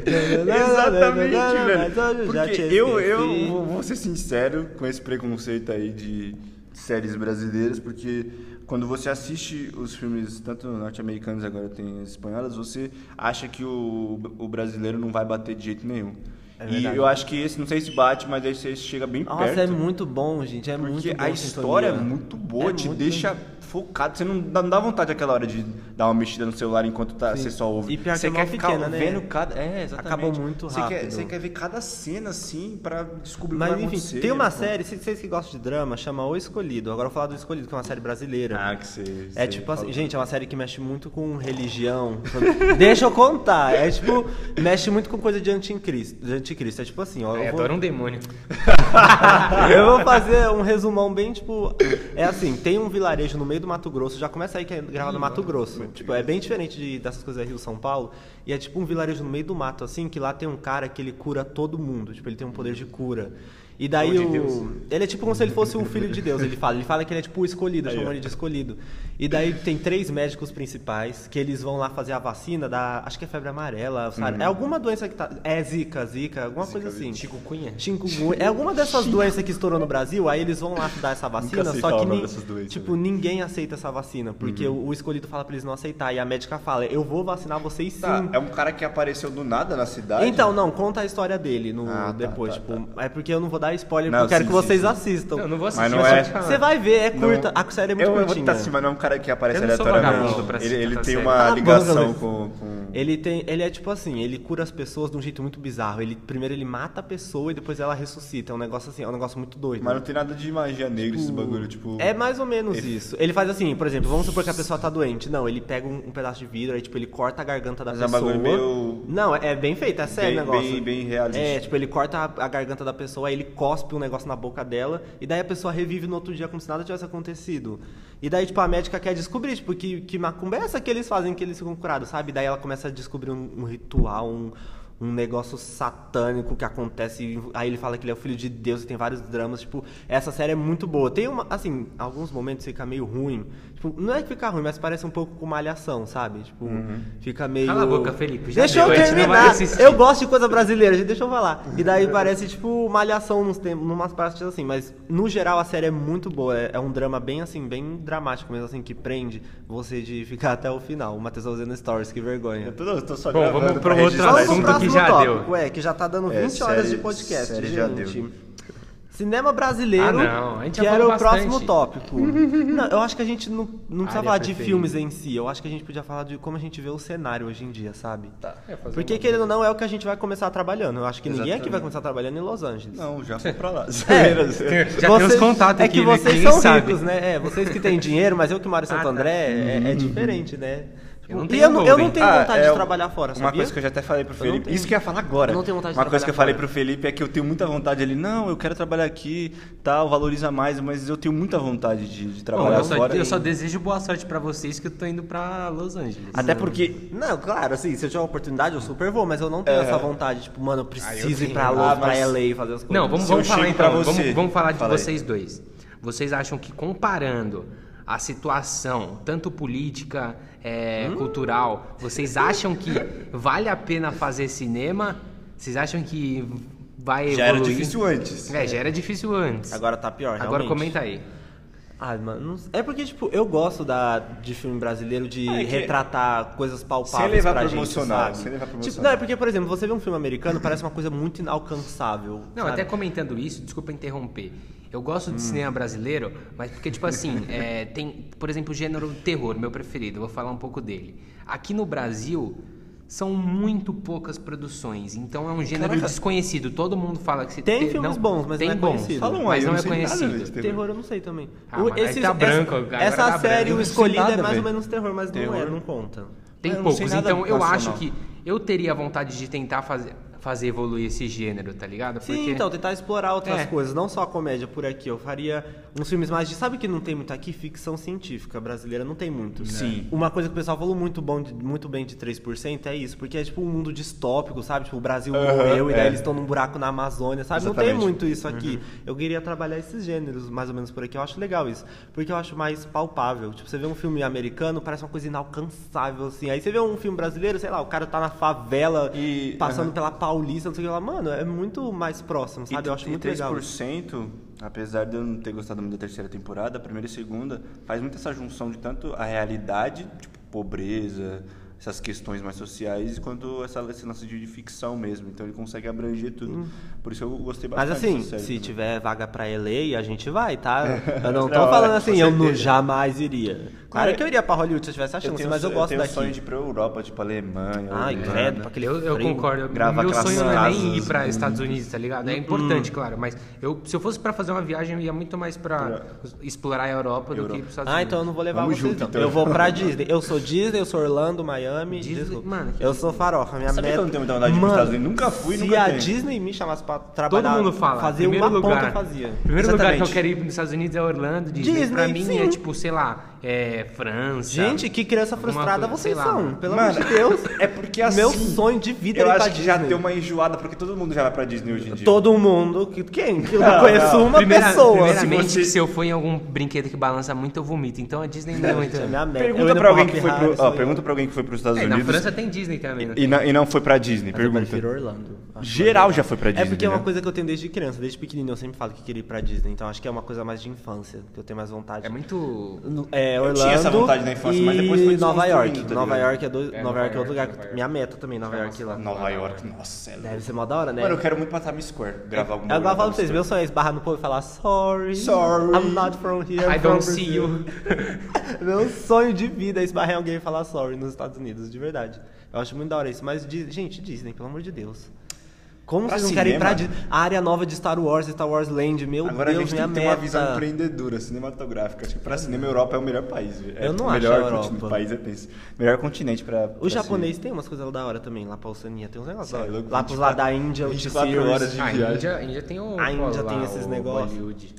Exatamente, velho. Já Porque te eu, esqueci. eu vou- vou ser sincero com esse preconceito aí de séries brasileiras, porque quando você assiste os filmes, tanto norte-americanos agora tem as espanholas, você acha que o, o brasileiro não vai bater de jeito nenhum. e É verdade. eu acho que esse, não sei se bate, mas aí você chega bem Nossa, perto. é muito bom, gente. É Porque muito bom. a história é Sintonia. muito boa, É te muito deixa focado. Você não dá, não dá vontade aquela hora de dar uma mexida no celular enquanto tá, você só ouve. E pior que você é mó pequena, né? vendo cada. É, exatamente. Acabou muito Você quer, rápido. você quer ver cada cena assim pra descobrir o Mas que vai enfim, acontecer. né, tem uma pô. série, se- vocês que gostam de drama, chama O Escolhido. Agora eu vou falar do Escolhido, que é uma série brasileira. Ah, que você. É tipo assim, gente, é uma série que mexe muito com religião. Deixa eu contar. É tipo, mexe muito com coisa de anticristo. De anticristo. É tipo assim, ó. Eu Eu vou, adoro um demônio. [LAUGHS] eu vou fazer um resumão bem tipo. É assim, tem um vilarejo no meio do Mato Grosso, já começa aí que é gravado no Mato Grosso. Tipo, é bem diferente de- dessas coisas Rio São Paulo. E é tipo um vilarejo no meio do mato, assim, que lá tem um cara que ele cura todo mundo. Tipo, ele tem um poder de cura. E daí Ou de o- Deus. ele é tipo como se ele fosse o filho de Deus, ele fala. Ele fala que ele é tipo o escolhido, chamam ele de escolhido. E daí tem três médicos principais que eles vão lá fazer a vacina da. Acho que é febre amarela, sabe? Uhum. É alguma doença que tá. É zika, zika, alguma coisa assim. Chikungunya? Chikungunya. É alguma dessas doenças que estourou no Brasil, aí eles vão lá dar essa vacina, aceitava só que o nome nin- dessas doenças, né? Uhum. tipo, ninguém aceita essa vacina, porque o- o escolhido fala pra eles não aceitar e a médica fala: "Eu vou vacinar vocês sim". Tá, é um cara que apareceu do nada na cidade. Então, não, conta a história dele no, Ah, tá, depois. tá, tipo, É porque eu não vou dar spoiler, Não, porque eu quero sim, que sim, vocês sim. assistir. Não, eu não vou assistir, Mas não mas é- só te falar. Você vai ver, é Não- curta. A série é muito eu, eu vou curtinha. tentar assistir, mas não é um cara que aparece Eu não sou aleatoriamente. vagabundo pra Ele, assistir ele tanta tem série. uma Cala a ligação boca, com, com- ele tem, ele é tipo assim, ele cura as pessoas de um jeito muito bizarro. Ele primeiro ele mata a pessoa e depois ela ressuscita. É um negócio assim, é um negócio muito doido. Mas não tem nada de magia negra esse bagulho, tipo. É mais ou menos isso. Ele faz assim, por exemplo, vamos supor que a pessoa tá doente. Não, ele pega um, um pedaço de vidro, aí tipo, ele corta a garganta da Mas é um pessoa. bagulho meio- Não, é, é bem feito, é sério Bem- o negócio. bem- bem realista. É, tipo, ele corta a, a garganta da pessoa, aí ele cospe um negócio na boca dela, e daí a pessoa revive no outro dia como se nada tivesse acontecido. E daí, tipo, a médica quer descobrir, tipo, que, que macumba é essa que eles fazem que eles ficam curados, sabe? Daí ela começa a descobrir um, um ritual, um. Um negócio satânico que acontece. e Aí ele fala que ele é o filho de Deus e tem vários dramas. Tipo, essa série é muito boa. Tem uma. Assim, alguns momentos fica meio ruim. Tipo, não é que fica ruim, mas parece um pouco com malhação, sabe? Tipo, Uhum. fica meio. Cala a boca, Felipe, já deixa eu deu, a gente não vai terminar. assistir. Eu gosto de coisa brasileira, gente, deixa eu falar. E daí parece, tipo, malhação nos tem, numas partes assim, mas no geral a série é muito boa. É, é um drama bem assim, bem dramático mesmo, assim, que prende você de ficar até o final. O Matheus tá fazendo stories, que vergonha. Eu tô, eu tô só Bom, gravando vamos pro pra outro registrar [LAUGHS] assunto isso, pro né? que já deu. é, que já tá dando 20 É, horas de série- podcast, série gente. já deu. Cinema brasileiro, Ah, não, a gente que já era o falou bastante. Ah, é próximo [LAUGHS] tópico. não, eu acho que a gente não, não precisa Área falar de preferida. filmes em si, eu acho que a gente podia falar de como a gente vê o cenário hoje em dia, sabe? Tá, é, fazer Porque, uma- querendo ou não, é o que a gente vai começar trabalhando. Eu acho que ninguém aqui Exatamente. vai começar trabalhando em Los Angeles. Não, já fui pra lá. Já tem os contatos É aqui, que né, vocês ninguém são sabe. ricos, né? É, vocês [LAUGHS] que têm dinheiro, mas eu que moro em Santo Ah, tá. André, é, é diferente, né? Tipo, não e tenho eu, não- eu Golden. não tenho Ah, vontade é de trabalhar fora, sabia? Uma coisa que eu já até falei pro Felipe. tenho- Isso que eu ia falar agora. eu não tenho vontade de Uma coisa que eu falei trabalhar pro Felipe é que eu tenho muita vontade ali. Não, eu quero trabalhar aqui, tal, valoriza mais, mas eu tenho muita vontade de, de Bom, trabalhar eu, só, fora. eu só desejo boa sorte pra vocês que eu tô indo pra Los Angeles. Até porque. Não, claro, assim, se eu tiver uma oportunidade, eu super vou, mas eu não tenho essa vontade, tipo, mano, eu preciso ir pra, Los, É. Ah, mas- pra LA e fazer as coisas. Não, vamos, Se eu vamos falar chego pra então. você, vamos, vamos falar de fala aí. vocês dois. Vocês acham que comparando a situação, tanto política, Hum? é, cultural, vocês acham que vale a pena fazer cinema? Vocês acham que vai Já era evoluir? difícil antes. É, já era difícil antes. Agora tá pior, realmente. Agora comenta aí. Ai, mano, não sei. é porque, tipo, eu gosto da, de filme brasileiro de É que- retratar coisas palpáveis Sem levar pra pro gente, emocional, sabe? sem levar pro Tipo, emocional. não, é porque, por exemplo, você vê um filme americano, parece uma coisa muito inalcançável. Não, sabe? Hum. até comentando isso, desculpa interromper. Eu gosto de cinema brasileiro, mas porque, tipo assim, [LAUGHS] é, tem, por exemplo, o gênero terror, meu preferido, eu vou falar um pouco dele. Aqui no Brasil, são muito poucas produções, então é um gênero desconhecido. Todo mundo fala que se Tem filmes bons, mas tem não é bons, conhecido. Fala um aí, mas eu não não é sei nada conhecido. desse Terror. terror. eu não sei também. Ah, mas aí tá branco, agora essa tá série, branco. o escolhido, Nada, é mais velho. ou menos terror, mas não é, Terror. não conta. Tem Eu não sei poucos, nada então eu acho nacional. que eu teria vontade de tentar fazer, fazer evoluir esse gênero, tá ligado? Sim, Porque- então, tentar explorar outras É. coisas, não só a comédia por aqui. Eu faria uns filmes mais de. Sabe que não tem muito aqui? Ficção científica brasileira não tem muito. assim. Sim. Uma coisa que o pessoal falou muito, bom de- muito bem de 3% é isso, porque é tipo um mundo distópico, sabe? Tipo, o Brasil Aham, morreu e daí é. eles estão num buraco na Amazônia, sabe? Não tem Exatamente. Uhum. muito isso aqui. Eu queria trabalhar esses gêneros mais ou menos por aqui. Eu acho legal isso, porque eu acho mais palpável. Tipo, você vê um filme americano, parece uma coisa inalcançável, assim. Aí você vê um filme brasileiro, sei lá, o cara tá na favela, E- passando pela Paulista, não sei o que lá. Mano, é muito mais próximo, E sabe? Eu acho e muito legal. 3%, apesar de eu não ter gostado muito da terceira temporada, a primeira e segunda, faz muito essa junção de tanto a realidade, tipo pobreza, essas questões mais sociais, quanto essa, esse lance de de ficção mesmo. Então ele consegue abranger tudo. Por isso eu gostei bastante. Hum. Mas assim, dessa série se também. tiver vaga pra LA, a gente vai, [LAUGHS] tá? Eu não Na tô hora, falando é, com assim, eu não certeza. jamais iria. Claro que eu iria pra Hollywood se eu tivesse a Eu chance, tenho mas eu so- gosto tenho daqui. sonho de ir pra Europa, tipo Alemanha. Ai, Holanda. credo, pra aquele É, Eu, eu frio. concordo. Grava Meu aquelas Hum. sonho não é nem casas, ir para Estados Unidos, tá ligado? É importante, claro, mas eu, se eu fosse para fazer uma viagem, eu ia muito mais para explorar a Europa do que para Estados Ah, Unidos. então eu não vou levar Vamos vocês, junto, não. então. Eu vou pra Disney. Eu sou Disney, eu sou Orlando, Miami Miami. Disney- desculpa. Mano, que- eu sou farofa. Minha Sabe que meta... eu não tenho muita vontade de ir pros Mano, Estados Unidos? Nunca fui, Se nunca a tenho. Disney me chamasse pra Todo trabalhar, mundo fala. fazer primeiro uma lugar, ponta eu fazia. Primeiro lugar que eu Exatamente. quero ir nos Estados Unidos é Orlando, Disney. Disney, pra mim sim. é tipo, sei lá, é França. Gente, que criança Alguma frustrada coisa, vocês sei lá, são. mano. Pelo amor de Deus. É porque assim. Meu sonho de vida Eu era ir pra acho que já Disney. deu uma enjoada, porque todo mundo já vai pra Disney hoje em dia. Todo mundo. que- Quem? Que Eu Não, conheço não. uma Primeira- pessoa. Primeiramente, Se você- se eu for em algum brinquedo que balança muito, eu vomito. Então a Disney não Gente, é entra. minha meta. Eu né? Pergunta indo pra alguém Hopi que foi Hari, pro. sou Ó, eu. pergunta pra alguém que foi pros Estados É, na Unidos. França tem Disney também, né? E não, e não foi pra Disney, Mas é eu prefiro pergunta. Orlando. Acho Geral mais já foi pra legal. Disney. É porque é uma né? coisa que eu tenho desde criança, desde pequenininho eu sempre falo que queria ir pra Disney, então acho que é uma coisa mais de infância, que eu tenho mais vontade. É muito. No- É, Eu Orlando. tinha essa vontade na infância, mas depois e foi Nova desconstruindo, York. tá Nova ligado? York é, do... É, Nova Nova York é outro York, lugar. Nova que York. Minha meta também, Nova York lá. Nova York, nossa, é louco. Deve ser mó da hora, né? Mano, eu quero muito pra Times Square gravar alguma É igual eu falo pra coisa vocês, na meu Times sonho é esbarrar no povo e falar sorry. Sorry. I'm not from here. I I'm from don't see Brazil." you. [LAUGHS] Meu sonho de vida é esbarrar em alguém e falar sorry nos Estados Unidos, de verdade. Eu acho muito da hora isso. Mas, Dis- gente, Disney, pelo amor de Deus. Como Pra vocês não querem ir pra cinema? Disney? A área nova de Star Wars, Star Wars Land, [LAUGHS] meu Square. Agora Deus, a gente minha tem que ter meta. uma visão empreendedora, cinematográfica. Acho que pra cinema, a Europa é o melhor país. velho. É, Eu não tipo, acho melhor a Europa. continente- país é tenso. Melhor continente pra. pra O se- japonês tem umas coisas da hora também, lá pra Oceania, tem uns negócios da Cê é hora. louco, Lá pros lá 24 da Índia, o 24 T-Series. horas de Ah, a viagem. Índia, a Índia tem o. A Índia lá, tem esses o negócios. Bollywood.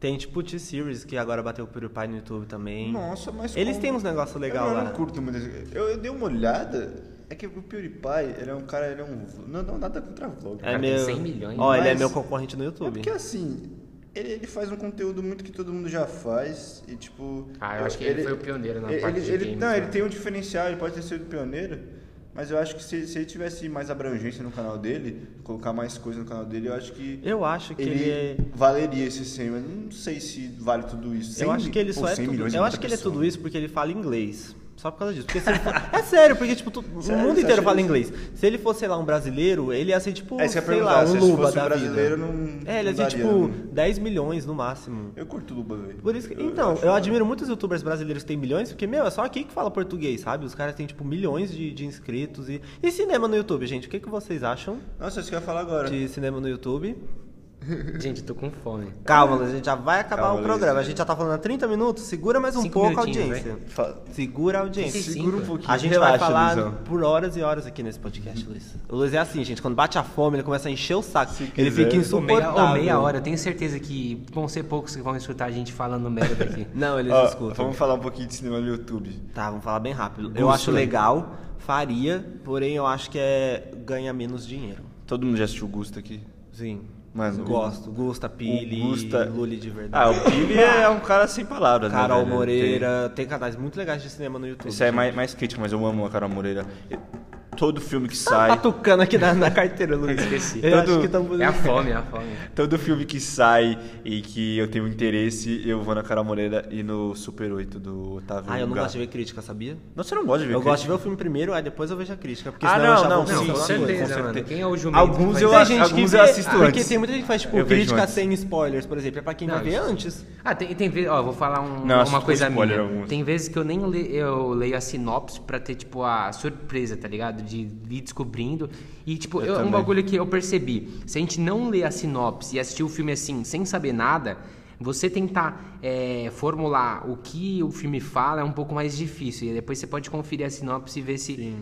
Tem tipo o T-Series, que agora bateu o PewDiePie no YouTube também. Nossa, mas Eles como? é né? têm uns negócios legais eu lá. não curto muito. esse- Eu, eu dei uma olhada. É que o PewDiePie, ele é um cara, ele é um. Não, não nada contra vlog. É cara tem meu... 100 milhões, Ó, ele é mas- meu concorrente no É YouTube. porque assim, ele, ele faz um conteúdo muito que todo mundo já faz e tipo. Ah, eu acho que ele foi o pioneiro na ele, parte de ele, games, Não, né? ele tem um diferencial, ele pode ter sido pioneiro, mas eu acho que se, se ele tivesse mais abrangência no canal dele, colocar mais coisa no canal dele, eu acho que. Eu acho que ele, ele é... valeria esse 100, mas não sei se vale tudo isso. 100 Eu acho que ele só pô, é 100 tudo. milhões é Eu muita acho que ele é pessoa. tudo isso porque ele fala inglês. Só por causa disso. Porque se [LAUGHS] ele for... é sério, porque tipo, tu- o Sério, mundo você inteiro acha fala isso? inglês. Se ele fosse, sei lá, um brasileiro, ele ia ser tipo, É, isso que eu ia sei lá, perguntar, um se Luba fosse um da vida. brasileiro, não- É, ele ia não ser daria, tipo né? 10 milhões no máximo. Eu curto o Luba, velho. Por isso que, Eu- então, eu, acho da- admiro muitos youtubers brasileiros que têm milhões, porque, meu, é só aqui que fala português, sabe? Os caras têm, tipo, milhões de, de inscritos. E, e cinema no YouTube, gente? O que, que vocês acham Nossa, isso que eu ia falar agora. de cinema no YouTube? Gente, eu tô com fome. Calma, Luiz, a gente já vai acabar Calma, o Luiz. programa. A gente já tá falando há 30 minutos, segura mais um Cinco pouco a minutinhos, audiência. Fa- Segura a audiência. Sim, sim, Segura um cara. pouquinho, A gente relaxa, vai falar Luizão. por horas e horas aqui nesse podcast, Luiz. O Luiz é assim, gente. Quando bate a fome, ele começa a encher o saco. ele quiser. fica Ou meia, insuportável. ou meia hora, eu tenho certeza que vão ser poucos que vão escutar a gente falando merda aqui. Não, eles Ó, escutam. Vamos falar um pouquinho de cinema no YouTube. Tá, vamos falar bem rápido. Eu acho legal, faria, porém eu acho que é ganha menos dinheiro. Todo mundo já assistiu o Gusta aqui? Sim. Mas o- gosto. Gusta, Pili, Gusta- Lully de verdade. Ah, o Pili é um cara sem palavras, né, Carol velho? Ele Moreira. Tem... canais muito legais de cinema no YouTube. Tem... Isso aí é mais, mais crítico, mas eu amo a Carol Moreira. E- Todo filme que Tá [LAUGHS] sai. Batucando aqui na, na carteira, Luiz. Esqueci. Eu Todo- acho que tão... [LAUGHS] É a fome, é a fome. Todo filme que sai e que eu tenho interesse, eu vou na Carol Moreira e no Super 8 do Otávio. Ah, eu não Gá. gosto de ver crítica, sabia? Não, você não gosta de ver Eu crítica? gosto de ver o filme primeiro, aí depois eu vejo a crítica. Porque Ah, senão eu não, já não, vou sim, funcionando. com certeza. mano. certeza. Quem é o jumento? Alguns que faz eu isso? Tem acho- gente que alguns vê, eu assisto porque antes. tem muita gente que faz tipo Eu vejo crítica antes. sem spoilers, por exemplo, é pra quem Não, vai ver isso- antes. Ah, tem, tem vezes, ó, eu vou falar um- Não, acho uma que coisa spoiler minha. alguns. Tem vezes que eu nem le- eu leio a sinopse pra ter, tipo, a surpresa, tá ligado? De ir descobrindo. E, tipo, eu- um também. bagulho que eu percebi. Se a gente não ler a sinopse e assistir o filme assim, sem saber nada, você tentar é, formular o que o filme fala é um pouco mais difícil. E depois você pode conferir a sinopse e ver se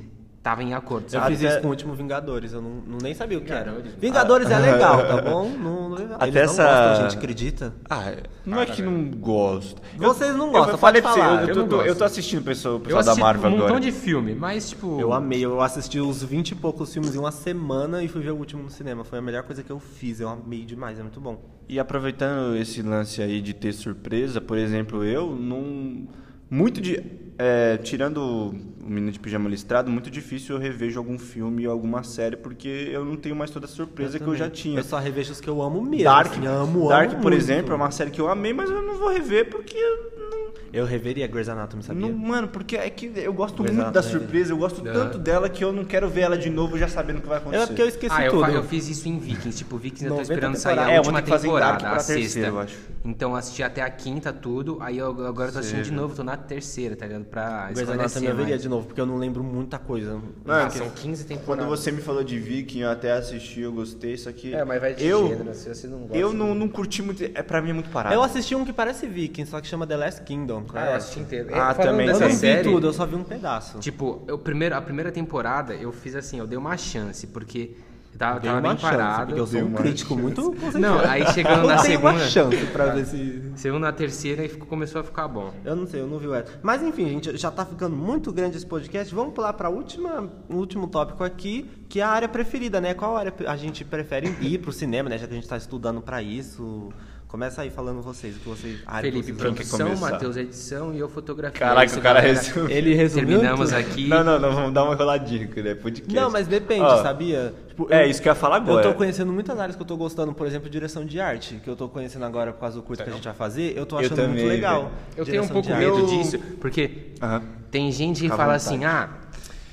tava em acordo. Eu sabe? fiz Até- isso com o último Vingadores, eu não, não nem sabia o que era. Vingadores. Vingadores é legal, tá bom? Não, não, eles Ah. Até não essa- gostam, a gente acredita. Ah, é- não é que não gosto. Vocês não Eu- gostam, eu falei pode pra você, falar. eu, Eu tô- não tô, gosto. eu tô assistindo o pessoal, o Eu pessoal da assisti Marvel um montão agora. de filme, mas, tipo... Eu amei, eu assisti os 20 e poucos filmes em uma semana e fui ver o último no cinema. Foi a melhor coisa que eu fiz, eu amei demais, é muito bom. E aproveitando esse lance aí de ter surpresa, por exemplo, eu não. Muito de. é, tirando o Menino de Pijama Listrado, muito difícil eu revejo algum filme ou alguma série, porque eu não tenho mais toda a surpresa que eu já tinha. Eu só revejo os que eu amo mesmo. Dark, assim, amo, Dark amo por muito. exemplo, é uma série que eu amei, mas eu não vou rever porque eu não Eu reveria Grey's Anatomy, sabia? Não, mano, porque é que eu gosto Exato, muito da é. surpresa, eu gosto tanto dela que eu não quero ver ela de novo já sabendo o que vai acontecer. É porque eu esqueci ah, eu, tudo. fa- eu fiz isso em Vikings. Tipo, Vikings eu tô 90 esperando sair a assim, temporadas. É, última ontem que fazem Dark temporada, pra a sexta. terceira, eu acho. Então eu assisti até a quinta tudo, aí eu agora eu tô assistindo de novo, tô na terceira, tá ligado? Pra Grey's Anatomy esclarecer eu veria mais. de novo, porque eu não lembro muita coisa. Ah, Mano, são 15 é Quando temporadas. você me falou de Viking, eu até assisti, eu gostei, só que. É, mas vai de eu, gênero, se você não gosta. Eu não, não curti muito. É, pra mim é muito parado. Eu assisti um que parece Viking, só que chama The Last Kingdom. não, Ah, cara. eu assisti inteiro. Ah, Falando também, Eu dessa não vi série, tudo, eu só vi um pedaço. Tipo, eu primeiro, a primeira temporada eu fiz assim, eu dei uma chance, porque eu tava, Dei tava uma bem chance, parado. porque eu sou um uma crítico muito conceituado. Não, aí chegando na Eu dei uma segunda- chance [LAUGHS] pra ver se... Segunda, terceira e ficou- começou a ficar bom. Eu não sei, eu não vi o Ed. Mas enfim, gente, já tá ficando muito grande esse podcast. Vamos pular para última, o último tópico aqui, que é a área preferida, né? Qual área a gente prefere ir pro cinema, né? Já que a gente tá estudando para isso. Começa aí falando vocês, o que vocês. a área que Felipe, vocês- quer produção, começar? Matheus, edição e eu fotografia. É Caraca, isso, o cara galera. resumiu. Ele resumiu Terminamos tudo. [LAUGHS] aqui. Não, não, não, vamos dar uma enroladinha, que é podcast. Não, mas depende, Ó, sabia? Tipo, É eu- isso que eu ia falar Eu agora. tô conhecendo muitas áreas que eu tô gostando, por exemplo, direção de arte, que eu tô conhecendo agora por causa do curso que a gente vai fazer, eu tô Eu achando muito também, legal. velho. Tá Eu tenho Direção um de pouco arte. medo Eu- disso, porque Aham. tem gente que Fica à fala vontade. assim, ah,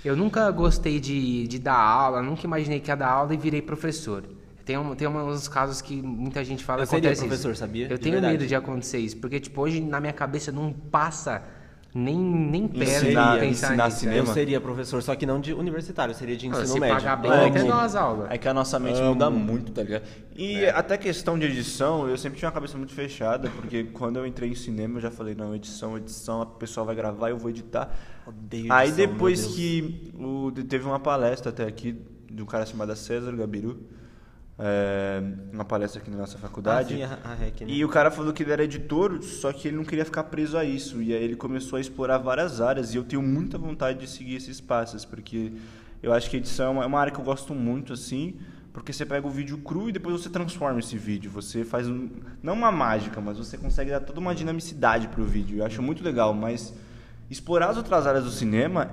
eu nunca gostei de, de dar aula, nunca imaginei que ia dar aula e virei professor. Tem, um, tem uns casos que muita gente Eu fala que seria acontece professor, isso. sabia? Eu De tenho verdade. medo de acontecer isso, porque tipo, hoje na minha cabeça não passa nem, nem Então perto Ensinar- de pensar ensinar nisso. cinema. Eu seria professor, só que não de universitário, eu seria de Ah, ensino se médio. pagar bem, né? É até que- dá umas aulas. É que a nossa mente muda muito, tá ligado? E É. até questão de edição, eu sempre tinha uma cabeça muito fechada, porque quando eu entrei em cinema eu já falei, não, edição, edição, a pessoa vai gravar, eu vou editar. Odeio Aí edição, depois meu Deus. que o, teve uma palestra até aqui, de um cara chamado César Gabiru, é, uma palestra aqui na nossa faculdade. Ah, sim, a- a REC, né? E o cara falou que ele era editor, só que ele não queria ficar preso a isso. E aí ele começou a explorar várias áreas. E eu tenho muita vontade de seguir esses passos, porque eu acho que edição é uma- é uma área que eu gosto muito, assim. Porque você pega o vídeo cru e depois você transforma esse vídeo. Você faz, um, não uma mágica, mas você consegue dar toda uma dinamicidade pro vídeo. Eu acho muito legal, mas explorar as outras áreas do cinema,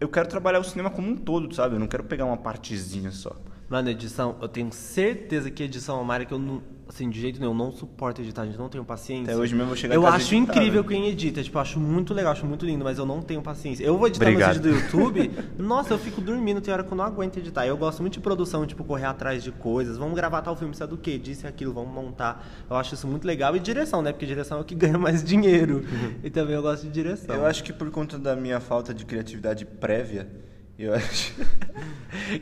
eu quero trabalhar o cinema como um todo, sabe? Eu não quero pegar uma partezinha só. Mano, edição, eu tenho certeza que edição é uma área que eu não. Assim, de jeito nenhum, eu não suporto editar, gente. Não tenho paciência. Até hoje mesmo eu vou chegar em Eu casa né? acho editado. incrível quem edita. Tipo, eu acho muito legal, acho muito lindo, mas eu não tenho paciência. Eu vou editar Obrigado. meus vídeos do [LAUGHS] YouTube. nossa, eu fico dormindo, tem hora que eu não aguento editar. Eu gosto muito de produção, tipo, correr atrás de coisas. Vamos gravar tal filme, isso é do quê? Disse aquilo, vamos montar. Eu acho isso muito legal. E direção, né? Porque direção é o que [LAUGHS] ganha mais dinheiro. e também eu gosto de direção. Uhum. Eu acho que por conta da minha falta de criatividade prévia, eu [LAUGHS] acho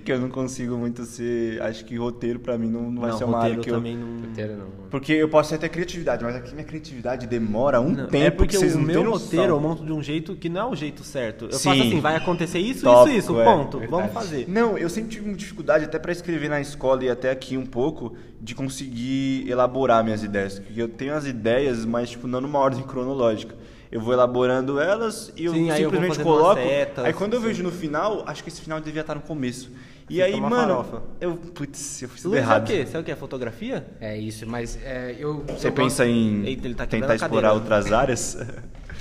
que eu não consigo muito ser. Acho que roteiro pra mim não, não vai não, ser uma roteiro área que eu. também não. Roteiro não. Porque eu posso até ter criatividade, mas aqui minha criatividade demora um Não, tempo é porque que vocês o não meu têm roteiro eu noção. monto de um jeito que não é o jeito certo. Eu faço Sim. assim, vai acontecer isso, Tópico, isso, isso, é. ponto. Vamos Verdade. fazer. Não, eu sempre tive muita dificuldade, até pra escrever na escola e até aqui um pouco, de conseguir elaborar minhas ideias. Porque eu tenho as ideias, mas tipo, não numa ordem cronológica. Eu vou elaborando elas e eu Sim, aí eu vou simplesmente fazendo umas coloco. setas, aí quando eu vejo no final, acho que esse final devia estar no começo. E Fica aí, uma mano, farofa. eu. Putz, eu fiz tudo Luiz, é o errado. quê? Você é o quê? Fotografia? É isso, mas é, eu. Você eu pensa em Eita, ele tá quebrando tentar a explorar cadeira. outras [LAUGHS] áreas?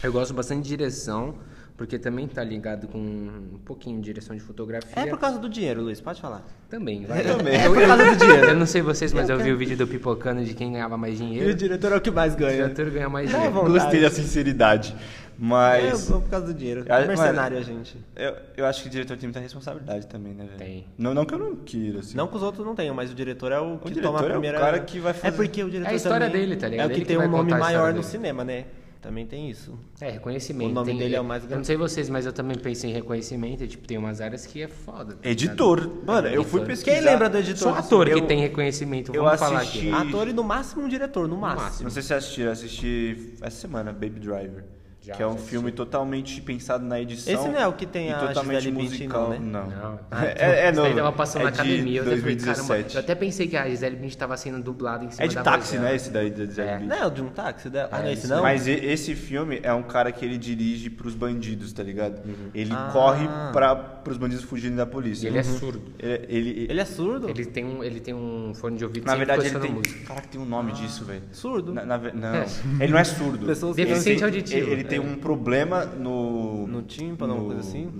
Eu gosto bastante de direção, porque também tá ligado com um pouquinho de direção de fotografia. É por causa do dinheiro, Luiz, pode falar. Também, vai. Também. É por causa do [LAUGHS] dinheiro. Eu não sei vocês, É mas eu vi o vídeo do Pipocano de quem ganhava mais dinheiro. diretor é o que mais O diretor ganha mais Dá dinheiro. vontade. Gostei da sinceridade. É, Mas. por causa do dinheiro. Ah, Mercenário, a mano. gente. Eu, eu acho que o diretor tem muita responsabilidade também, né, velho? Tem. Não, não que eu não queira, assim. Não que os outros não tenham, mas o diretor é o que diretor toma a é o primeira... cara que vai fazer- É porque o diretor É a história também dele, tá ligado? É o que Ele que tem vai um nome contar a história maior no dele. cinema, né? Também tem isso. É, reconhecimento. O nome Tem- dele é o mais Eu grande. não sei vocês, mas eu também penso em reconhecimento. e, Tipo, tem umas áreas que é foda. tá Editor. Mano, eu Editor. fui Quem pesquisar. lembra do ligado? editor? Só ator que Eu- tem reconhecimento. eu Vamos falar assisti- aqui. Ator e no máximo um diretor, no máximo. Não sei se vocês assistiram, eu assisti essa semana, Baby Driver. Já, que é um já filme totalmente pensado na edição. Esse não é o que tem e a totalmente Gisele Bündchen, musical. não, né? Não. Ah, Não. [LAUGHS] tipo, É, é Isso novo. daí tava passando é na academia. De eu até falei, caramba, 2017. Eu até pensei que a Gisele Bündchen tava sendo dublada em cima É de da táxi, voz dela. né? Esse daí da Gisele É. Bündchen. Não é o de um táxi dela? Ah, não é esse isso não? Mas e- esse filme é um cara que ele dirige pros bandidos, tá ligado? Ele Ah. corre pra, pros bandidos fugirem da polícia. Uhum. Uhum. E ele é surdo. Ele, ele- Ele é surdo? Ele tem um, ele tem um fone de ouvido Na sempre verdade, ele tem. coçando música. Caraca, tem um nome disso, velho. Surdo? Na- na ve- não, É. ele não é surdo. Pessoas Ele Deficiente tem- auditivo. Ele, ele tem É. um problema no. No tímpano, alguma coisa assim?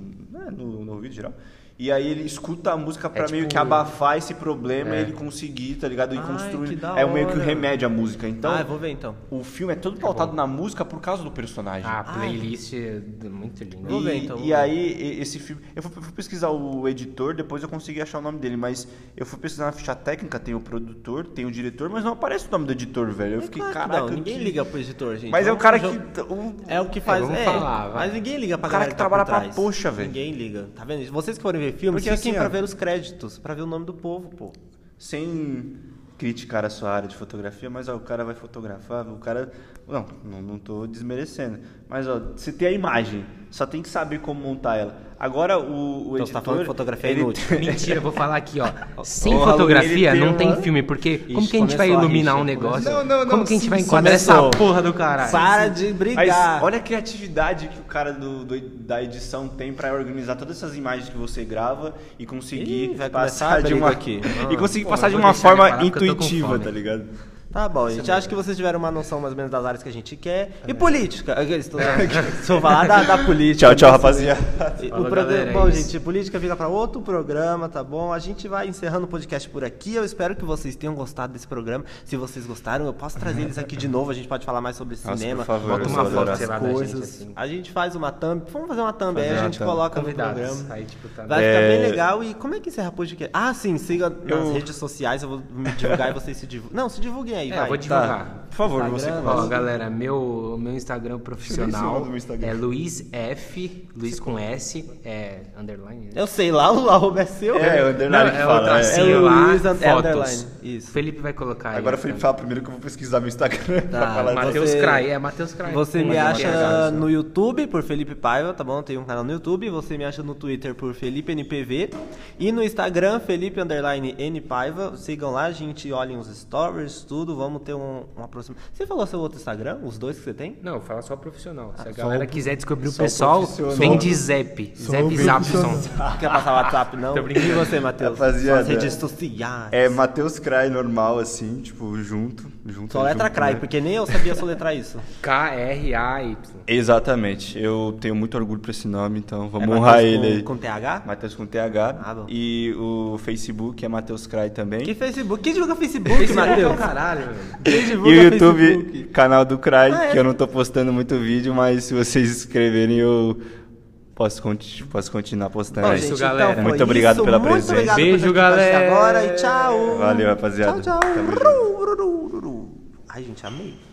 É, no, no ouvido geral. E aí ele escuta a música pra É meio tipo- que abafar esse problema É. e ele conseguir, tá ligado? E Ai, que construir. da É meio que um hora. remédio à música. Então, Ah, eu vou ver então. o filme é todo pautado na música por causa do personagem. Ah, playlist é d- muito linda. Vou E, ver, então, vou e ver. aí, e- esse filme. Eu fui, fui pesquisar o editor, depois eu consegui achar o nome dele, mas eu fui pesquisar na ficha técnica, tem o produtor, tem o diretor, mas não aparece o nome do editor, velho. Eu fiquei, É Claro que caraca. não, ninguém que- liga pro editor, gente. Mas é o um cara jogo- que. o- É o que faz. É, vamos é, falar, vai. mas ninguém liga pra O cara galera que tá por trabalha pra trás. poxa, velho. Ninguém liga. Tá vendo? Vocês que forem é ver filme, Porque fiquem assim, pra ó. ver os créditos, pra ver o nome do povo, pô. Sem. criticar a sua área de fotografia, mas ó, o cara vai fotografar, o cara. Não, não, não tô desmerecendo. Mas ó, você tem a imagem, só tem que saber como montar ela. Agora o, o Então editor. você tá falando que fotografia é ele- inútil. [LAUGHS] Mentira, eu vou falar [LAUGHS] aqui, ó. Sem Ô, Raul, fotografia ele tem não tem uma- filme, porque como Ixi, que a gente vai começou a iluminar rixa, um negócio? começou. Não, não, não, Como que a gente sim, vai sim, enquadrar começou. essa porra do caralho? Para de Mas brigar. olha a criatividade que o cara do, do- da edição tem pra organizar todas essas imagens que você grava e conseguir Ih, vai começar a passar de briga uma aqui. [LAUGHS] e conseguir Pô, passar eu de vou uma deixar ele forma parar porque eu tô com intuitiva, fome. tá ligado? Tá bom, gente. Acho que vocês tiveram uma noção mais ou menos das áreas que a gente quer. E política. É Aqueles, [LAUGHS] tô- Vou falar da, da política. Tchau, tchau, rapaziada. E o Falou, programa- galera, é bom, isso. gente, política fica para outro programa, tá bom? A gente vai encerrando o podcast por aqui. Eu espero que vocês tenham gostado desse programa. Se vocês gostaram, eu posso trazer eles aqui de novo. A gente pode falar mais sobre por cinema, favor, sobre eu vou adorar. outras Sei lá, da coisas. gente, assim. A gente faz uma thumb. Vamos fazer uma thumb aí, Fazer a uma gente thumb. coloca no Convidados. programa. Aí, tipo, tá. Vai ficar bem É. legal. E como é que encerra podcast? Ah, sim, siga nas Eu- redes sociais. Eu vou me divulgar e vocês se divulguem. Não, se divulguem aí, É, vai. eu vou divulgar. Tá. Por favor, Instagram, você Nossa. Ó, começa. galera, meu, meu Instagram profissional do meu Instagram. é Luiz F, Luiz com S, é underline, né? Eu sei lá, o arroba é seu. [LAUGHS] É, o Não, underline que é o fala. é. tracinho É lá, Luiz and- fotos. underline, isso. Felipe vai colocar aí. Agora o Felipe fala primeiro que eu vou pesquisar meu Instagram [LAUGHS] Tá, pra falar. Ah, Matheus você- Crai, é Matheus Crai. Você Com me acha PH, no YouTube por Felipe Paiva, tá bom? Tem um canal no YouTube. Você me acha no Twitter por Felipe NPV. E no Instagram, Felipe Underline N Paiva. Sigam lá, a gente olhem os stories, tudo. Vamos ter um, uma aproximação. Você falou seu outro Instagram? Os dois que você tem? Não, fala só profissional. Se a só galera o- quiser descobrir o só o pessoal, profissional. vem de Zep. Zep Zapson. Não quer passar WhatsApp, [LAUGHS] não? Tô brincando. E você, Matheus? Rapaziada. Suas redes sociais. É Matheus Cry normal, assim, tipo, junto. junto Só é letra junto, crai, né? porque nem eu sabia soletrar [LAUGHS] isso. K-R-A-Y. Exatamente. Eu tenho muito orgulho por esse nome, então vamos É honrar Matheus ele aí. com, com TH? Matheus com TH. Ah, bom. E o Facebook é Matheus Cry também. Que Facebook? Quem divulga Facebook, Matheus? é Caralho, velho. Quem E divulga o YouTube, Facebook? canal do Cry, Ah, é? que eu não tô postando muito vídeo, mas se vocês escreverem eu posso, conti- posso continuar postando. Bom, É Tá aí. isso, gente, então galera. foi Muito obrigado isso. pela Muito presença. obrigado por Beijo, participar disso galera. Agora e tchau. Valeu, rapaziada. Tchau, tchau. Tamo junto. Ru, ru, ru, ru, ru. Ai, gente, amei.